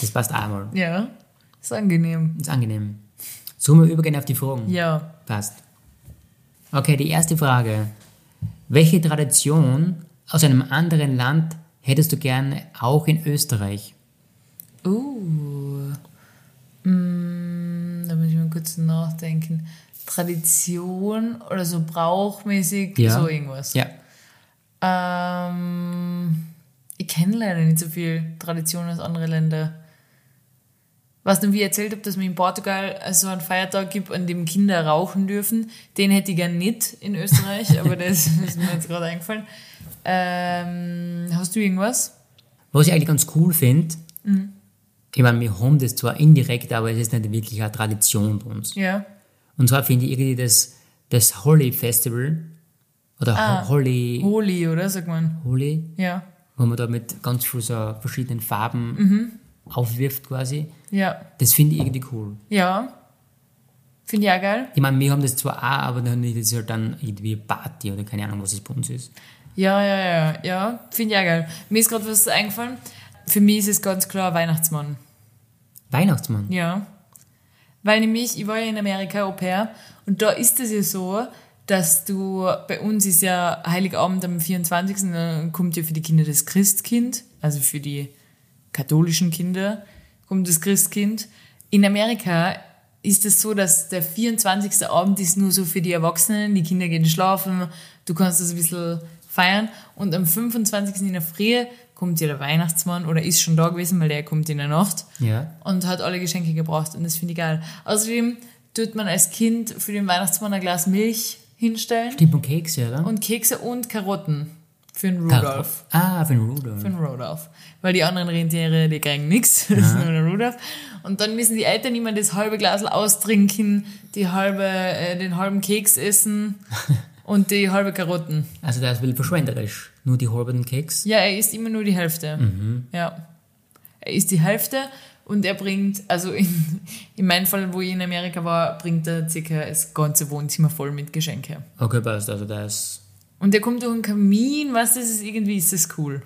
Speaker 3: Das passt auch mal.
Speaker 4: Ja. Ist angenehm.
Speaker 3: Ist angenehm. Sollen wir übergehen auf die Fragen?
Speaker 4: Ja.
Speaker 3: Passt. Okay, die erste Frage. Welche Tradition aus einem anderen Land hättest du gerne auch in Österreich?
Speaker 4: Uh. Mm, da muss ich mal kurz nachdenken. Tradition oder so brauchmäßig,
Speaker 3: Ja.
Speaker 4: so irgendwas.
Speaker 3: Ja.
Speaker 4: Ähm, ich kenne leider nicht so viel Tradition aus anderen Ländern. Was denn wie ich erzählt habe, dass man in Portugal so einen Feiertag gibt, an dem Kinder rauchen dürfen, den hätte ich gern nicht
Speaker 3: [LAUGHS]
Speaker 4: in Österreich, aber das ist mir jetzt gerade eingefallen. Ähm, hast du irgendwas?
Speaker 3: Was ich eigentlich ganz cool finde,
Speaker 4: Mhm.
Speaker 3: ich meine, wir haben das zwar indirekt, aber es ist nicht wirklich eine Tradition bei uns.
Speaker 4: Ja.
Speaker 3: Und zwar finde ich irgendwie das, das Holi Festival oder
Speaker 4: Ah.
Speaker 3: Ho- Holi,
Speaker 4: Holi, oder? Sagt man.
Speaker 3: Holi,
Speaker 4: Ja.
Speaker 3: wo man da mit ganz viel so verschiedenen Farben
Speaker 4: Mhm.
Speaker 3: aufwirft quasi.
Speaker 4: Ja.
Speaker 3: Das finde ich irgendwie cool.
Speaker 4: Ja. Finde ich auch geil.
Speaker 3: Ich meine, wir haben das zwar auch, aber dann ist es halt dann irgendwie Party oder keine Ahnung, was es bei uns ist.
Speaker 4: Ja, ja, ja. Ja. Finde ich auch geil. Mir ist gerade was eingefallen. Für mich ist es ganz klar Weihnachtsmann.
Speaker 3: Weihnachtsmann.
Speaker 4: Ja. Weil nämlich, ich war ja in Amerika Au pair und da ist es ja so, dass du, bei uns ist ja Heiligabend am 24. und Dann kommt ja für die Kinder das Christkind, also für die katholischen Kinder kommt das Christkind. In Amerika ist es so, dass der 24. Abend ist nur so für die Erwachsenen, die Kinder gehen schlafen, du kannst das ein bisschen feiern und am 25. in der Früh kommt ja der Weihnachtsmann oder ist schon da gewesen, weil der kommt in der Nacht
Speaker 3: Ja.
Speaker 4: und hat alle Geschenke gebraucht und das finde ich geil. Außerdem tut man als Kind für den Weihnachtsmann ein Glas Milch hinstellen
Speaker 3: Stimmt und Keks, ja, oder?
Speaker 4: und Kekse und Karotten für den
Speaker 3: Karo-
Speaker 4: Rudolf.
Speaker 3: Ah, für den Rudolf.
Speaker 4: Für den Rudolf. Weil die anderen Rentiere, die kriegen nichts, [LAUGHS] das ist nur der Rudolf. Und dann müssen die Eltern immer das halbe Glas austrinken, die halbe, äh, den halben Keks essen und die halbe Karotten.
Speaker 3: Also das will verschwenderisch. Nur die halben Keks.
Speaker 4: Ja, er isst immer nur die Hälfte. Ja. Er isst die Hälfte und er bringt, also in, in meinem Fall, wo ich in Amerika war, bringt er circa das ganze Wohnzimmer voll mit Geschenke.
Speaker 3: Okay, passt. Also das.
Speaker 4: Und er kommt durch einen Kamin, was das ist, irgendwie ist das cool.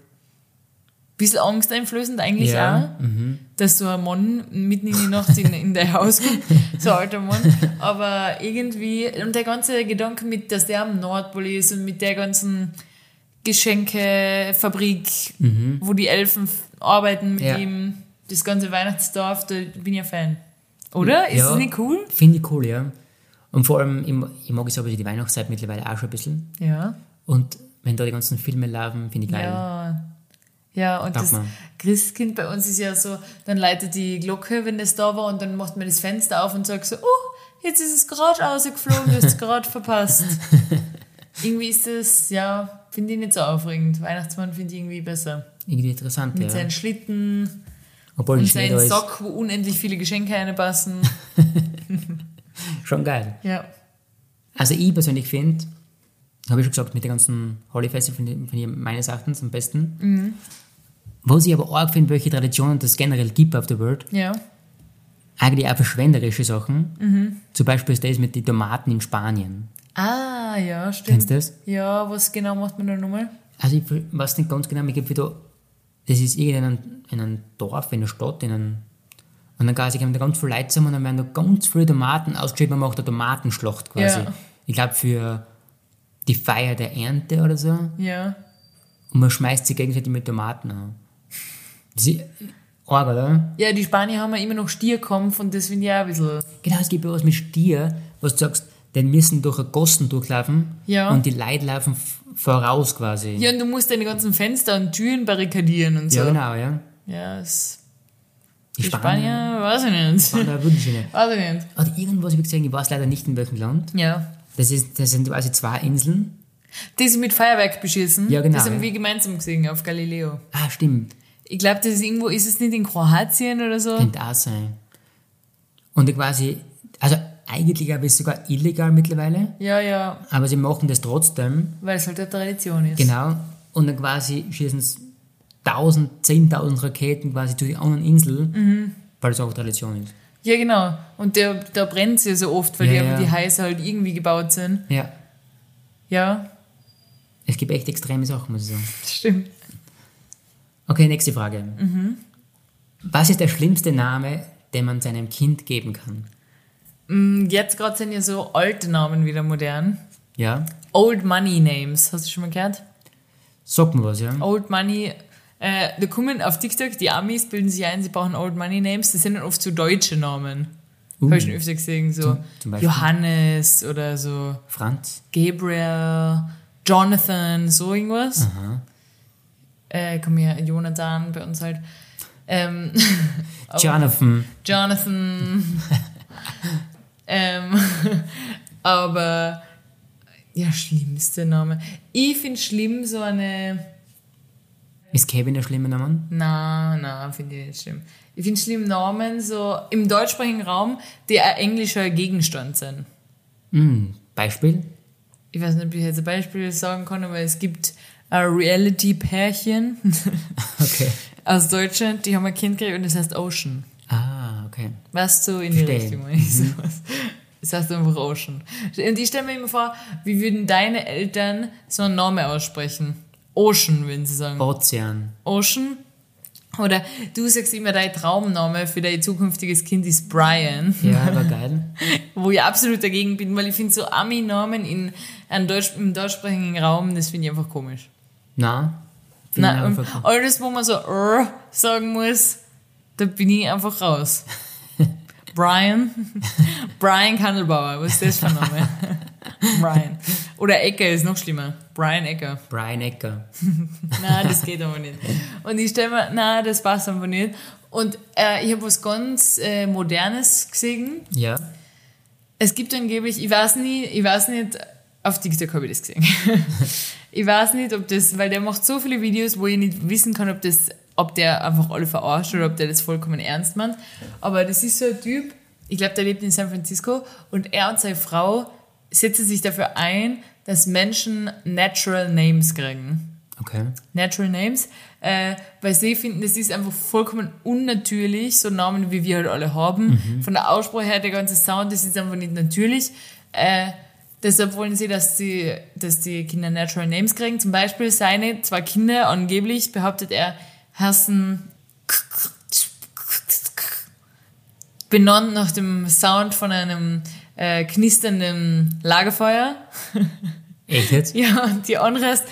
Speaker 4: Bisschen angsteinflößend eigentlich
Speaker 3: Ja, mhm.
Speaker 4: auch, dass so ein Mann mitten in die Nacht in, in dein Haus kommt, so ein alter Mann. Aber irgendwie, und der ganze Gedanke mit, dass der am Nordpol ist und mit der ganzen Geschenkefabrik, wo die Elfen f- arbeiten mit
Speaker 3: Mhm. Ja.
Speaker 4: ihm, das ganze Weihnachtsdorf, da bin ich ja Fan. Oder? Ist
Speaker 3: Ja.
Speaker 4: das nicht cool?
Speaker 3: Finde ich cool, ja. Und vor allem, ich, ma- ich mag es aber die Weihnachtszeit mittlerweile auch schon ein bisschen.
Speaker 4: Ja.
Speaker 3: Und wenn da die ganzen Filme laufen, finde ich geil.
Speaker 4: Ja. Ja, und
Speaker 3: Darf
Speaker 4: das
Speaker 3: man.
Speaker 4: Christkind bei uns ist ja so, dann leitet die Glocke, wenn das da war, und dann macht man das Fenster auf und sagt so, oh, jetzt ist es gerade rausgeflogen, du hast
Speaker 3: [LAUGHS]
Speaker 4: es gerade verpasst. irgendwie ist das, ja, finde ich nicht so aufregend. Weihnachtsmann finde ich irgendwie besser.
Speaker 3: Irgendwie interessant,
Speaker 4: Mit
Speaker 3: ja.
Speaker 4: seinen Schlitten
Speaker 3: Obwohl
Speaker 4: und
Speaker 3: es nicht
Speaker 4: seinen
Speaker 3: da ist.
Speaker 4: Sock, wo unendlich viele
Speaker 3: [LAUGHS]
Speaker 4: Geschenke reinpassen.
Speaker 3: Schon geil.
Speaker 4: ja.
Speaker 3: Also ich persönlich finde, habe ich schon gesagt, mit den ganzen Hollyfeste finde ich- finde ich meines Erachtens am besten.
Speaker 4: Mhm.
Speaker 3: Was ich aber arg finde, welche Traditionen das generell gibt auf der Welt,
Speaker 4: Ja.
Speaker 3: eigentlich auch verschwenderische Sachen.
Speaker 4: Mhm.
Speaker 3: Zum Beispiel ist das mit den Tomaten in Spanien.
Speaker 4: Ah, ja, stimmt.
Speaker 3: Kennst du das?
Speaker 4: Ja, was genau macht man da nochmal?
Speaker 3: Also ich weiß nicht ganz genau, ich glaube wieder, das ist irgendein in einem Dorf, in einer Stadt, in einem und dann quasi kommen da ganz viele Leute zusammen und dann werden da ganz viele Tomaten ausgeschrieben, man macht eine Tomatenschlacht quasi.
Speaker 4: Ja.
Speaker 3: Ich glaube für die Feier der Ernte oder so.
Speaker 4: Ja.
Speaker 3: Und man schmeißt sie gegenseitig mit Tomaten an. Das ist arg, oder?
Speaker 4: Ja, die Spanier haben ja immer noch Stierkampf und das finde ich auch ein bisschen.
Speaker 3: Genau, es gibt ja was mit Stier, was du sagst, den müssen durch einen Gossen durchlaufen
Speaker 4: Ja.
Speaker 3: und die Leute laufen f- voraus quasi.
Speaker 4: Ja, und du musst deine ganzen Fenster und Türen barrikadieren und so.
Speaker 3: ja genau, ja.
Speaker 4: Ja, es,
Speaker 3: Die,
Speaker 4: die Spanier, weiß ich nicht.
Speaker 3: Spanier waren da wirklich nicht.
Speaker 4: [LAUGHS] Weiß ich nicht.
Speaker 3: Oder irgendwas habe ich gesehen, ich weiß leider nicht in welchem Land.
Speaker 4: Ja.
Speaker 3: Das, ist, das sind quasi zwei Inseln.
Speaker 4: Die sind mit Feuerwerk beschissen.
Speaker 3: Ja, genau,
Speaker 4: Das haben
Speaker 3: ja.
Speaker 4: wir gemeinsam gesehen auf Galileo.
Speaker 3: Ah, stimmt.
Speaker 4: Ich glaube, das ist irgendwo, ist es nicht in Kroatien oder so?
Speaker 3: Könnte auch sein. Und quasi, also eigentlich glaube ich sogar illegal mittlerweile,
Speaker 4: Ja, ja,
Speaker 3: aber sie machen das trotzdem.
Speaker 4: weil es halt eine Tradition ist.
Speaker 3: Genau. Und dann quasi schießen sie 1000, 10.000 Raketen quasi zu die anderen Insel, weil das auch Tradition ist.
Speaker 4: Ja, genau. Und der, da brennt es ja so oft, weil
Speaker 3: Ja,
Speaker 4: die,
Speaker 3: ja.
Speaker 4: die Häuser halt irgendwie gebaut sind.
Speaker 3: Ja.
Speaker 4: Ja, [LAUGHS]
Speaker 3: Es gibt echt extreme Sachen, muss ich sagen.
Speaker 4: stimmt.
Speaker 3: Okay, nächste Frage. Was ist der schlimmste Name, den man seinem Kind geben kann?
Speaker 4: Mm, Jetzt gerade sind ja so alte Namen wieder modern.
Speaker 3: Ja?
Speaker 4: Old Money Names, hast du schon mal gehört?
Speaker 3: Sag mir was, ja?
Speaker 4: Old Money, äh, da kommen auf TikTok, die Amis bilden sich ein, sie brauchen Old Money Names, das sind dann oft so deutsche Namen.
Speaker 3: Uh.
Speaker 4: Habe ich schon öfter gesehen, so
Speaker 3: zum Beispiel?
Speaker 4: Johannes oder so
Speaker 3: Franz.
Speaker 4: Gabriel, Jonathan, so irgendwas.
Speaker 3: Aha.
Speaker 4: Äh, komm her, Jonathan bei uns halt. Ähm, [LAUGHS]
Speaker 3: Jonathan. [LAUGHS]
Speaker 4: Jonathan. ähm, [LAUGHS] aber ja, schlimmste Name. Ich finde schlimm so eine.
Speaker 3: Ist Kevin der schlimme Name?
Speaker 4: Na, na, finde ich nicht schlimm. Ich finde schlimm Namen so im deutschsprachigen Raum, die ein englischer Gegenstand sind.
Speaker 3: Hm, Beispiel?
Speaker 4: Ich weiß nicht, ob ich jetzt ein Beispiel sagen kann, aber es gibt ein Reality-Pärchen [LAUGHS]
Speaker 3: Okay.
Speaker 4: aus Deutschland, die haben ein Kind gekriegt und das heißt Ocean.
Speaker 3: Ah, okay.
Speaker 4: Was so in die
Speaker 3: Verstehe.
Speaker 4: Richtung, wenn ich sowas. Das heißt einfach Ocean. Und ich stelle mir immer vor, wie würden deine Eltern so einen Namen aussprechen? Ocean, würden sie sagen.
Speaker 3: Ozean.
Speaker 4: Ocean. Oder du sagst immer, dein Traumname für dein zukünftiges Kind ist Brian,
Speaker 3: Ja, war geil.
Speaker 4: wo ich absolut dagegen bin, weil ich finde so Ami-Namen in, einem Deutsch, im deutschsprachigen Raum, das finde ich einfach komisch.
Speaker 3: Na? Finde ich
Speaker 4: Nein, und
Speaker 3: einfach-
Speaker 4: alles, wo man so "Rrr" sagen muss, da bin ich einfach
Speaker 3: [LAUGHS]
Speaker 4: raus. Brian. Brian Kandelbauer, was ist das für ein
Speaker 3: [LAUGHS]
Speaker 4: Name? Brian. Oder Ecker ist noch schlimmer. Brian Ecker.
Speaker 3: Brian Ecker.
Speaker 4: Nein, das geht aber nicht. Und ich stelle mir, nein, das passt einfach nicht. Und äh, ich habe was ganz äh, Modernes gesehen.
Speaker 3: Ja.
Speaker 4: Es gibt angeblich, ich weiß nie, ich weiß nicht, auf TikTok habe ich das gesehen. [LAUGHS] ich weiß nicht, ob das, weil der macht so viele Videos, wo ich nicht wissen kann, ob das, ob der einfach alle verarscht oder ob der das vollkommen ernst meint. Aber das ist so ein Typ, ich glaube, der lebt in San Francisco und er und seine Frau setzen sich dafür ein, dass Menschen natural names kriegen.
Speaker 3: Okay.
Speaker 4: Natural Names, äh, weil sie finden, das ist einfach vollkommen unnatürlich, so Namen wie wir halt alle haben. Von der Aussprache her, der ganze Sound, das ist einfach nicht natürlich. Äh, deshalb wollen sie, dass die, dass die Kinder Natural Names kriegen. Zum Beispiel seine zwei Kinder, angeblich behauptet er, hassen benannt nach dem Sound von einem äh, knisternden Lagerfeuer.
Speaker 3: Echt jetzt?
Speaker 4: Ja, und die andere ist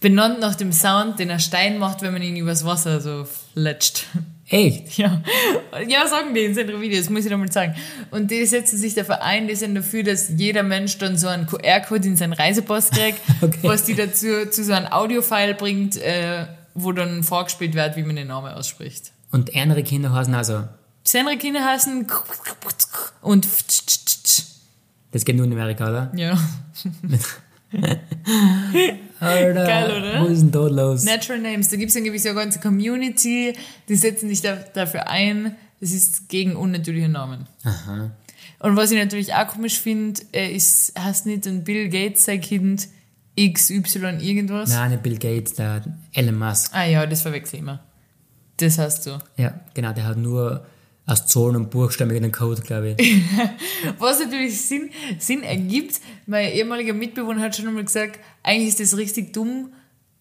Speaker 4: benannt nach dem Sound, den ein Stein macht, wenn man ihn übers Wasser so fletscht.
Speaker 3: Echt?
Speaker 4: Ja, ja sagen die in seinen Videos, muss ich nochmal sagen. Und die setzen sich dafür ein, die sind dafür, dass jeder Mensch dann so einen QR-Code in seinen Reisepass kriegt,
Speaker 3: Okay.
Speaker 4: was die dazu zu so einem Audio-File bringt, äh, wo dann vorgespielt wird, wie man den Namen ausspricht.
Speaker 3: Und andere Kinder heißen also.
Speaker 4: Seine Kinder heißen und
Speaker 3: Das geht nur in Amerika, oder?
Speaker 4: ja.
Speaker 3: Alter,
Speaker 4: Geil, oder?
Speaker 3: Wo ist denn da los?
Speaker 4: Natural Names, da gibt es angeblich so eine ganze Community, die setzen sich da, dafür ein. Das ist gegen unnatürliche Namen.
Speaker 3: Aha.
Speaker 4: Und was ich natürlich auch komisch finde, äh, ist, hast nicht ein Bill Gates sein Kind XY irgendwas?
Speaker 3: Nein, nicht Bill Gates, der Elon Musk.
Speaker 4: Ah ja, das verwechsel ich immer. Das hast du.
Speaker 3: Ja, genau, der hat nur aus Zahlen und Buchstaben irgendeinen Code, glaube
Speaker 4: [LAUGHS]
Speaker 3: ich.
Speaker 4: Was natürlich Sinn, Sinn ergibt, mein ehemaliger Mitbewohner hat schon einmal gesagt, eigentlich ist das richtig dumm,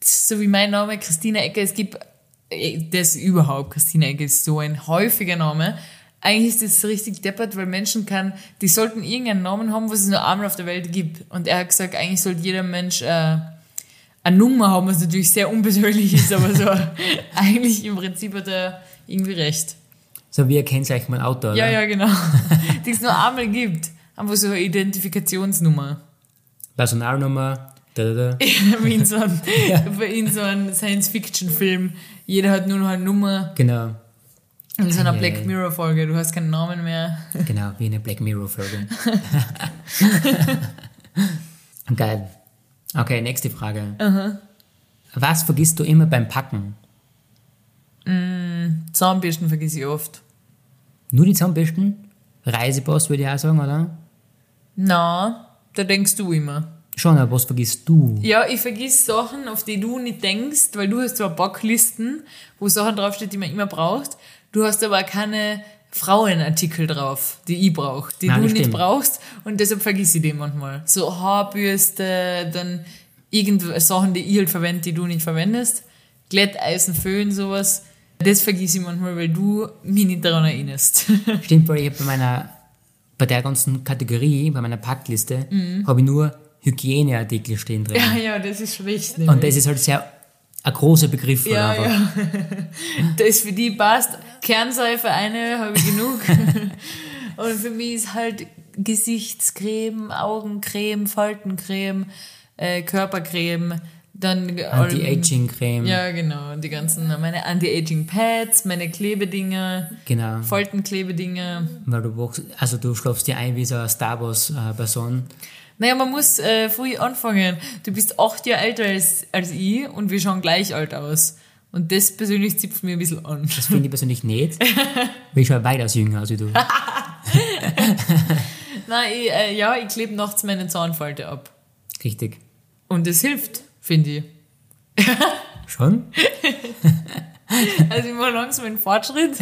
Speaker 4: so wie mein Name, Christina Ecker, es gibt äh, das überhaupt, Christina Ecker ist so ein häufiger Name. Eigentlich ist das richtig deppert, weil Menschen kann, die sollten irgendeinen Namen haben, was es nur einmal auf der Welt gibt. Und er hat gesagt, eigentlich sollte jeder Mensch äh, eine Nummer haben, was natürlich sehr unpersönlich ist, aber so eigentlich im Prinzip hat er irgendwie recht.
Speaker 3: So wie ihr kennt eigentlich mein Auto, oder?
Speaker 4: Ja, ja, genau. [LAUGHS] die es nur einmal gibt. Einfach so
Speaker 3: [LAUGHS]
Speaker 4: eine Identifikationsnummer.
Speaker 3: Personalnummer, da, da, da.
Speaker 4: Wie in so einem, wie in so einem Science-Fiction-Film. Jeder hat nur noch eine Nummer.
Speaker 3: Genau,
Speaker 4: In so einer
Speaker 3: Ja,
Speaker 4: Black
Speaker 3: ja.
Speaker 4: Mirror-Folge. Du hast keinen Namen mehr.
Speaker 3: genau, wie eine Black
Speaker 4: [LAUGHS]
Speaker 3: Mirror-Folge. Geil. Okay, nächste Frage. Was vergisst du immer beim Packen?
Speaker 4: Zahnbürsten vergesse ich oft.
Speaker 3: Nur die Zahnbürsten? Reisepass würde ich auch sagen, oder?
Speaker 4: Na, da denkst du immer.
Speaker 3: Schon, aber was vergisst du?
Speaker 4: Ja, ich vergiss Sachen, auf die du nicht denkst, weil du hast zwar Backlisten, wo Sachen draufsteht, die man immer braucht. Du hast aber keine Frauenartikel drauf, die ich brauche, die
Speaker 3: Nein,
Speaker 4: du
Speaker 3: das
Speaker 4: nicht
Speaker 3: stimmt.
Speaker 4: brauchst und deshalb vergiss ich die manchmal. So Haarbürste, dann irgendwelche Sachen, die ich halt verwende, die du nicht verwendest. Glätteisen, Föhn, sowas. Das vergiss ich manchmal, weil du mich nicht daran erinnerst. [LAUGHS]
Speaker 3: Stimmt, weil ich hab bei meiner, bei der ganzen Kategorie, bei meiner Packliste,
Speaker 4: Mhm.
Speaker 3: habe ich nur Hygieneartikel stehen drin.
Speaker 4: ja, ja, das ist schlecht.
Speaker 3: Und
Speaker 4: nämlich.
Speaker 3: das ist halt sehr ein großer Begriff. oder
Speaker 4: Ja,
Speaker 3: einfach.
Speaker 4: ja. Das für die passt. Kernseife eine habe ich genug. Und für mich ist halt Gesichtscreme, Augencreme, Faltencreme, äh, Körpercreme, dann ge-
Speaker 3: Anti-Aging-Creme,
Speaker 4: Ja, genau, die ganzen meine Anti-Aging Pads, meine Klebedinger,
Speaker 3: genau.
Speaker 4: Faltenklebedinger.
Speaker 3: Weil du wachst, also du schlafst dir ein wie so eine Star äh, Wars-Person.
Speaker 4: Naja, man muss äh, früh anfangen. Du bist acht Jahre älter als, als ich und wir schauen gleich alt aus. Und das persönlich zipft mir ein bisschen an.
Speaker 3: das finde ich persönlich nicht. Weil ich war weitaus jünger als
Speaker 4: [LAUGHS]
Speaker 3: du.
Speaker 4: Nein, ich, äh, ja, ich klebe nachts meine Zahnfalte ab.
Speaker 3: Richtig.
Speaker 4: Und das hilft, finde ich.
Speaker 3: Schon?
Speaker 4: Also ich mache langsam einen [LAUGHS] Fortschritt.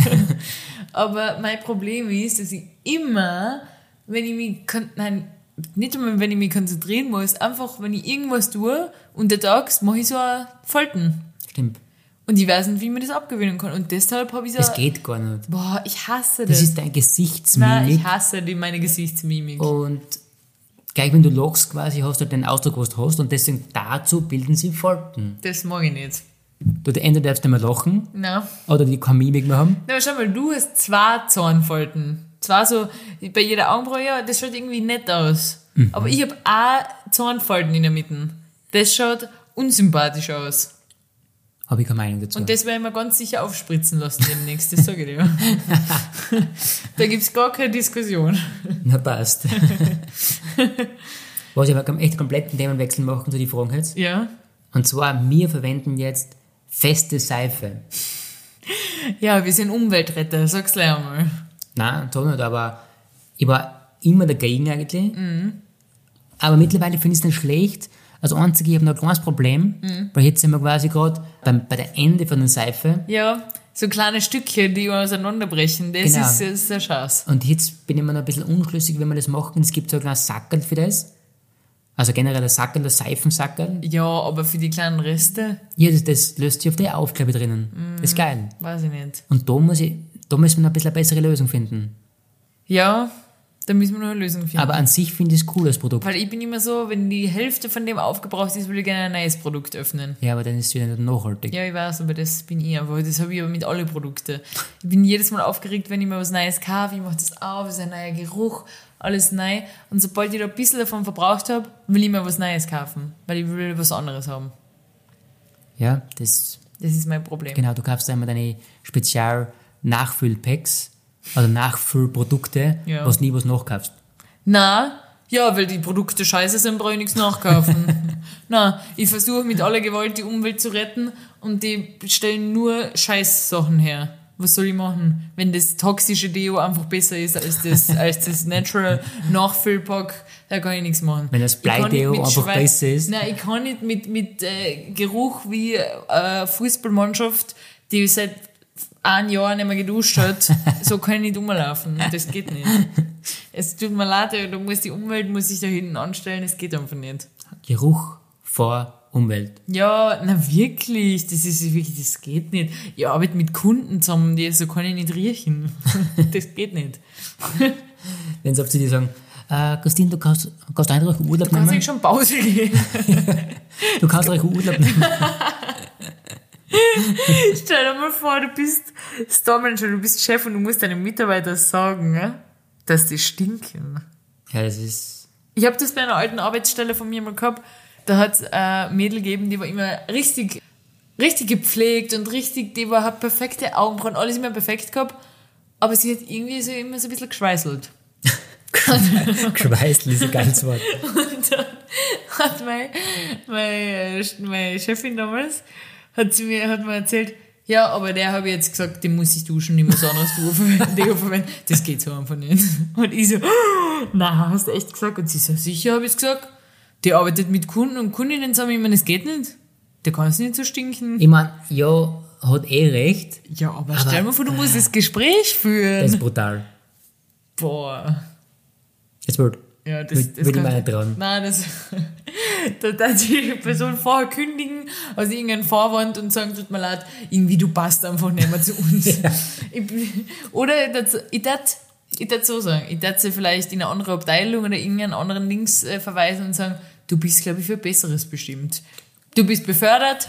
Speaker 4: Aber mein Problem ist, dass ich immer, wenn ich mich, kon- nein, nicht einmal, wenn ich mich konzentrieren muss, einfach, wenn ich irgendwas tue, untertags mache ich so eine Falten.
Speaker 3: Stimmt.
Speaker 4: Und ich weiß nicht, wie man das abgewöhnen kann. Und deshalb habe ich so,
Speaker 3: Es geht gar nicht.
Speaker 4: boah, ich hasse das.
Speaker 3: Das ist Oh. dein
Speaker 4: nein,
Speaker 3: Gesichtsmimik.
Speaker 4: ich hasse die, meine Gesichtsmimik.
Speaker 3: Und gleich wenn du lachst quasi, hast du halt den Ausdruck, was du hast. Und deswegen dazu bilden sie Falten.
Speaker 4: Das mag ich nicht.
Speaker 3: Du entweder darfst nicht mehr lachen
Speaker 4: Nein.
Speaker 3: oder die keine Mimik mehr haben.
Speaker 4: Na, aber schau mal, du hast zwei Zahnfalten. Zwar so bei jeder Augenbraue, ja, das schaut irgendwie nett aus. Aber ich habe auch Zahnfalten in der Mitte. Das schaut unsympathisch aus.
Speaker 3: Habe ich keine Meinung dazu.
Speaker 4: Und das werde ich mir ganz sicher aufspritzen lassen demnächst, das sage ich dir. da gibt's gar keine Diskussion.
Speaker 3: Na
Speaker 4: [LAUGHS]
Speaker 3: passt. [LAUGHS] was ich aber kom- echt kompletten Themenwechsel machen zu den Fragen jetzt.
Speaker 4: Ja.
Speaker 3: Und zwar, wir verwenden jetzt feste Seife.
Speaker 4: Ja, wir sind Umweltretter, sag's gleich einmal.
Speaker 3: Nein, so nicht, aber ich war immer dagegen eigentlich. Aber mittlerweile finde ich es nicht schlecht. Also einzige, ich habe noch ein kleines Problem, weil jetzt sind wir quasi gerade beim- bei der Ende von der Seife
Speaker 4: Ja, so kleine Stückchen, die auseinanderbrechen, das
Speaker 3: Genau.
Speaker 4: ist, das ist der Schatz.
Speaker 3: und jetzt bin ich mir noch ein bisschen unschlüssig, wenn wir das machen. Es gibt so ein kleines Sackerl für das. Also generell ein Sackerl, ein Seifensackerl.
Speaker 4: Ja, aber für die kleinen Reste,
Speaker 3: Ja, das, das löst sich auf die auf, glaube ich, drinnen. Das ist geil.
Speaker 4: weiß ich nicht.
Speaker 3: Und da, muss ich, da müssen wir noch ein bisschen eine bessere Lösung finden.
Speaker 4: Ja, da müssen wir noch eine Lösung finden.
Speaker 3: Aber an sich finde ich es cool, das Produkt.
Speaker 4: Weil ich bin immer so, wenn die Hälfte von dem aufgebraucht ist, will ich gerne ein neues Produkt öffnen.
Speaker 3: Ja, aber dann ist es wieder nicht nachhaltig.
Speaker 4: Ja, ich weiß, aber das bin ich einfach. Das habe ich aber mit allen Produkten. Ich bin jedes Mal aufgeregt, wenn ich mir was Neues kaufe. Ich mache das auf, es ist ein neuer Geruch, alles neu. Und sobald ich da ein bisschen davon verbraucht habe, will ich mir was Neues kaufen. Weil ich will was anderes haben.
Speaker 3: ja das
Speaker 4: Das ist mein Problem.
Speaker 3: Genau, du kaufst einmal deine Spezial-Nachfüllpacks, also Nachfüllprodukte,
Speaker 4: Ja.
Speaker 3: was nie was nachkaufst.
Speaker 4: Na, ja, weil die Produkte scheiße sind, brauche ich nichts nachkaufen. [LAUGHS] Na, ich versuche mit aller Gewalt die Umwelt zu retten und die stellen nur Scheißsachen her. was soll ich machen, wenn das toxische Deo einfach besser ist als das, als das Natural Nachfüllpack, da kann ich nichts machen.
Speaker 3: Wenn das
Speaker 4: Ich kann nicht
Speaker 3: Bleideo
Speaker 4: mit
Speaker 3: einfach
Speaker 4: Schweiß-
Speaker 3: besser ist.
Speaker 4: Nein, ich kann nicht mit, mit äh, Geruch wie äh, Fußballmannschaft, die seit einem Jahr nicht mehr
Speaker 3: [LAUGHS]
Speaker 4: geduscht hat, so kann ich nicht rumlaufen. Das geht nicht. Es tut mir leid, aber da muss die Umwelt muss sich da hinten anstellen, es geht einfach nicht.
Speaker 3: Geruch vor Umwelt.
Speaker 4: Ja, na wirklich, das ist wirklich, das geht nicht. Ich arbeite mit Kunden zusammen, die so kann ich nicht riechen. [LAUGHS] Das geht nicht.
Speaker 3: Wenn sie auf zu dir sagen, äh, Christine, du kannst, kannst einfach Urlaub
Speaker 4: Du kannst
Speaker 3: nehmen.
Speaker 4: eigentlich schon Pause gehen. [LAUGHS]
Speaker 3: Du kannst einfach Urlaub nehmen.
Speaker 4: Stell dir mal vor, du bist Stormanager, du bist Chef und du musst deinen Mitarbeitern sagen, ne, dass die stinken.
Speaker 3: Ja, das ist.
Speaker 4: [LAUGHS] Ich habe das bei einer alten Arbeitsstelle von mir mal gehabt. Da hat äh, Mädel gegeben, die war immer richtig, richtig gepflegt und richtig, die war, hat perfekte Augenbrauen, alles immer perfekt gehabt. Aber sie hat irgendwie so immer so ein bisschen geschweißelt.
Speaker 3: Geschweißt, diese ganze Wort.
Speaker 4: Und dann hat meine, meine, meine Chefin damals, hat, sie mir, hat mir erzählt, ja, aber der habe ich jetzt gesagt, den muss ich duschen, ich muss anders Deo verwenden, Deo verwenden. Das geht so einfach nicht. Und ich so, na, hast du echt gesagt? Und sie so, sicher habe ich gesagt. Die arbeitet mit Kunden und Kundinnen zusammen, ich meine, das geht nicht. Der kann es nicht so stinken.
Speaker 3: Ich meine, ja, hat eh recht.
Speaker 4: Ja, aber, stell mal vor, du musst das Gespräch
Speaker 3: Das
Speaker 4: führen.
Speaker 3: ist brutal.
Speaker 4: Boah.
Speaker 3: Jetzt wird.
Speaker 4: Ja, das,
Speaker 3: Würd-
Speaker 4: das
Speaker 3: würd ich
Speaker 4: kann-
Speaker 3: mir nicht trauen.
Speaker 4: Nein, das, [LAUGHS] da darf die Person vorher kündigen, aus irgendeinem Vorwand und sagen, tut mir leid, irgendwie du passt einfach nicht mehr zu uns. Ich bin- oder ich darf- ich darf ich darf so sagen, ich darf sie vielleicht in eine andere Abteilung oder irgendeinen anderen Links äh, verweisen und sagen, du bist, glaube ich, für Besseres bestimmt. Du bist befördert,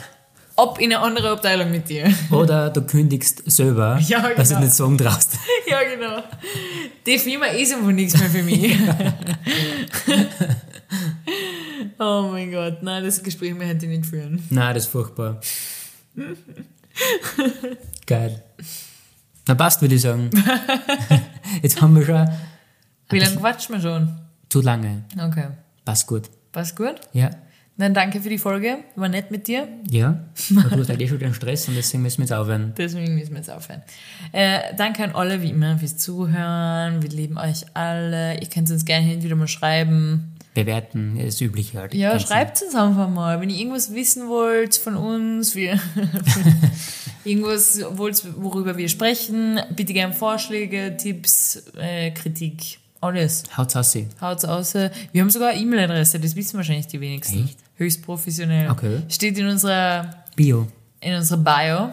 Speaker 4: ob in eine andere Abteilung mit dir.
Speaker 3: Oder du kündigst selber,
Speaker 4: [LAUGHS] Ja,
Speaker 3: dass du
Speaker 4: genau.
Speaker 3: nicht sagen traust.
Speaker 4: ja, genau. Die Firma ist einfach nichts mehr für mich. oh mein Gott, nein, das Gespräch mehr hätte ich nicht führen.
Speaker 3: Nein, das ist furchtbar. Geil. Na passt, würde ich sagen. Jetzt haben wir schon
Speaker 4: Wie lange quatschen wir schon?
Speaker 3: zu lange.
Speaker 4: Okay,
Speaker 3: Passt gut.
Speaker 4: passt gut.
Speaker 3: Ja.
Speaker 4: Dann danke für die Folge, war nett mit dir.
Speaker 3: Ja. Aber du hast halt eh schon den Stress und deswegen müssen wir jetzt aufhören.
Speaker 4: Deswegen müssen wir jetzt aufhören. Äh, danke an alle, wie immer, fürs Zuhören. Wir lieben euch alle. Ihr könnt uns gerne hin und wieder mal schreiben.
Speaker 3: Bewerten ist das Übliche halt.
Speaker 4: Ja,
Speaker 3: Ganzen.
Speaker 4: schreibt uns einfach mal. Wenn ihr irgendwas wissen wollt von
Speaker 3: [LAUGHS]
Speaker 4: uns, wir irgendwas wollt, worüber wir sprechen, bitte gerne Vorschläge, Tipps, äh, Kritik, alles.
Speaker 3: Haut's aussehen.
Speaker 4: Haut's aus. Wir haben sogar eine E-Mail-Adresse, das wissen wahrscheinlich die wenigsten.
Speaker 3: Echt?
Speaker 4: Höchst professionell.
Speaker 3: Okay.
Speaker 4: Steht in unserer,
Speaker 3: Bio.
Speaker 4: in
Speaker 3: [LAUGHS]
Speaker 4: unserer Bio.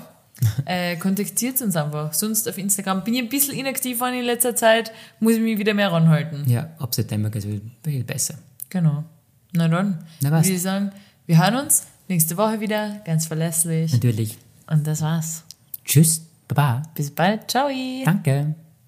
Speaker 4: Äh, kontaktiert uns einfach. Sonst auf Instagram. Bin ich ein bisschen inaktiv geworden in letzter Zeit, muss ich mich wieder mehr ranhalten.
Speaker 3: Ja, ab September geht's wieder viel besser.
Speaker 4: Genau. Na dann,
Speaker 3: Na was?
Speaker 4: würde ich sagen, wir hören uns nächste Woche wieder, ganz verlässlich.
Speaker 3: Natürlich.
Speaker 4: Und das war's.
Speaker 3: Tschüss. Baba.
Speaker 4: Bis bald. Ciao.
Speaker 3: Danke.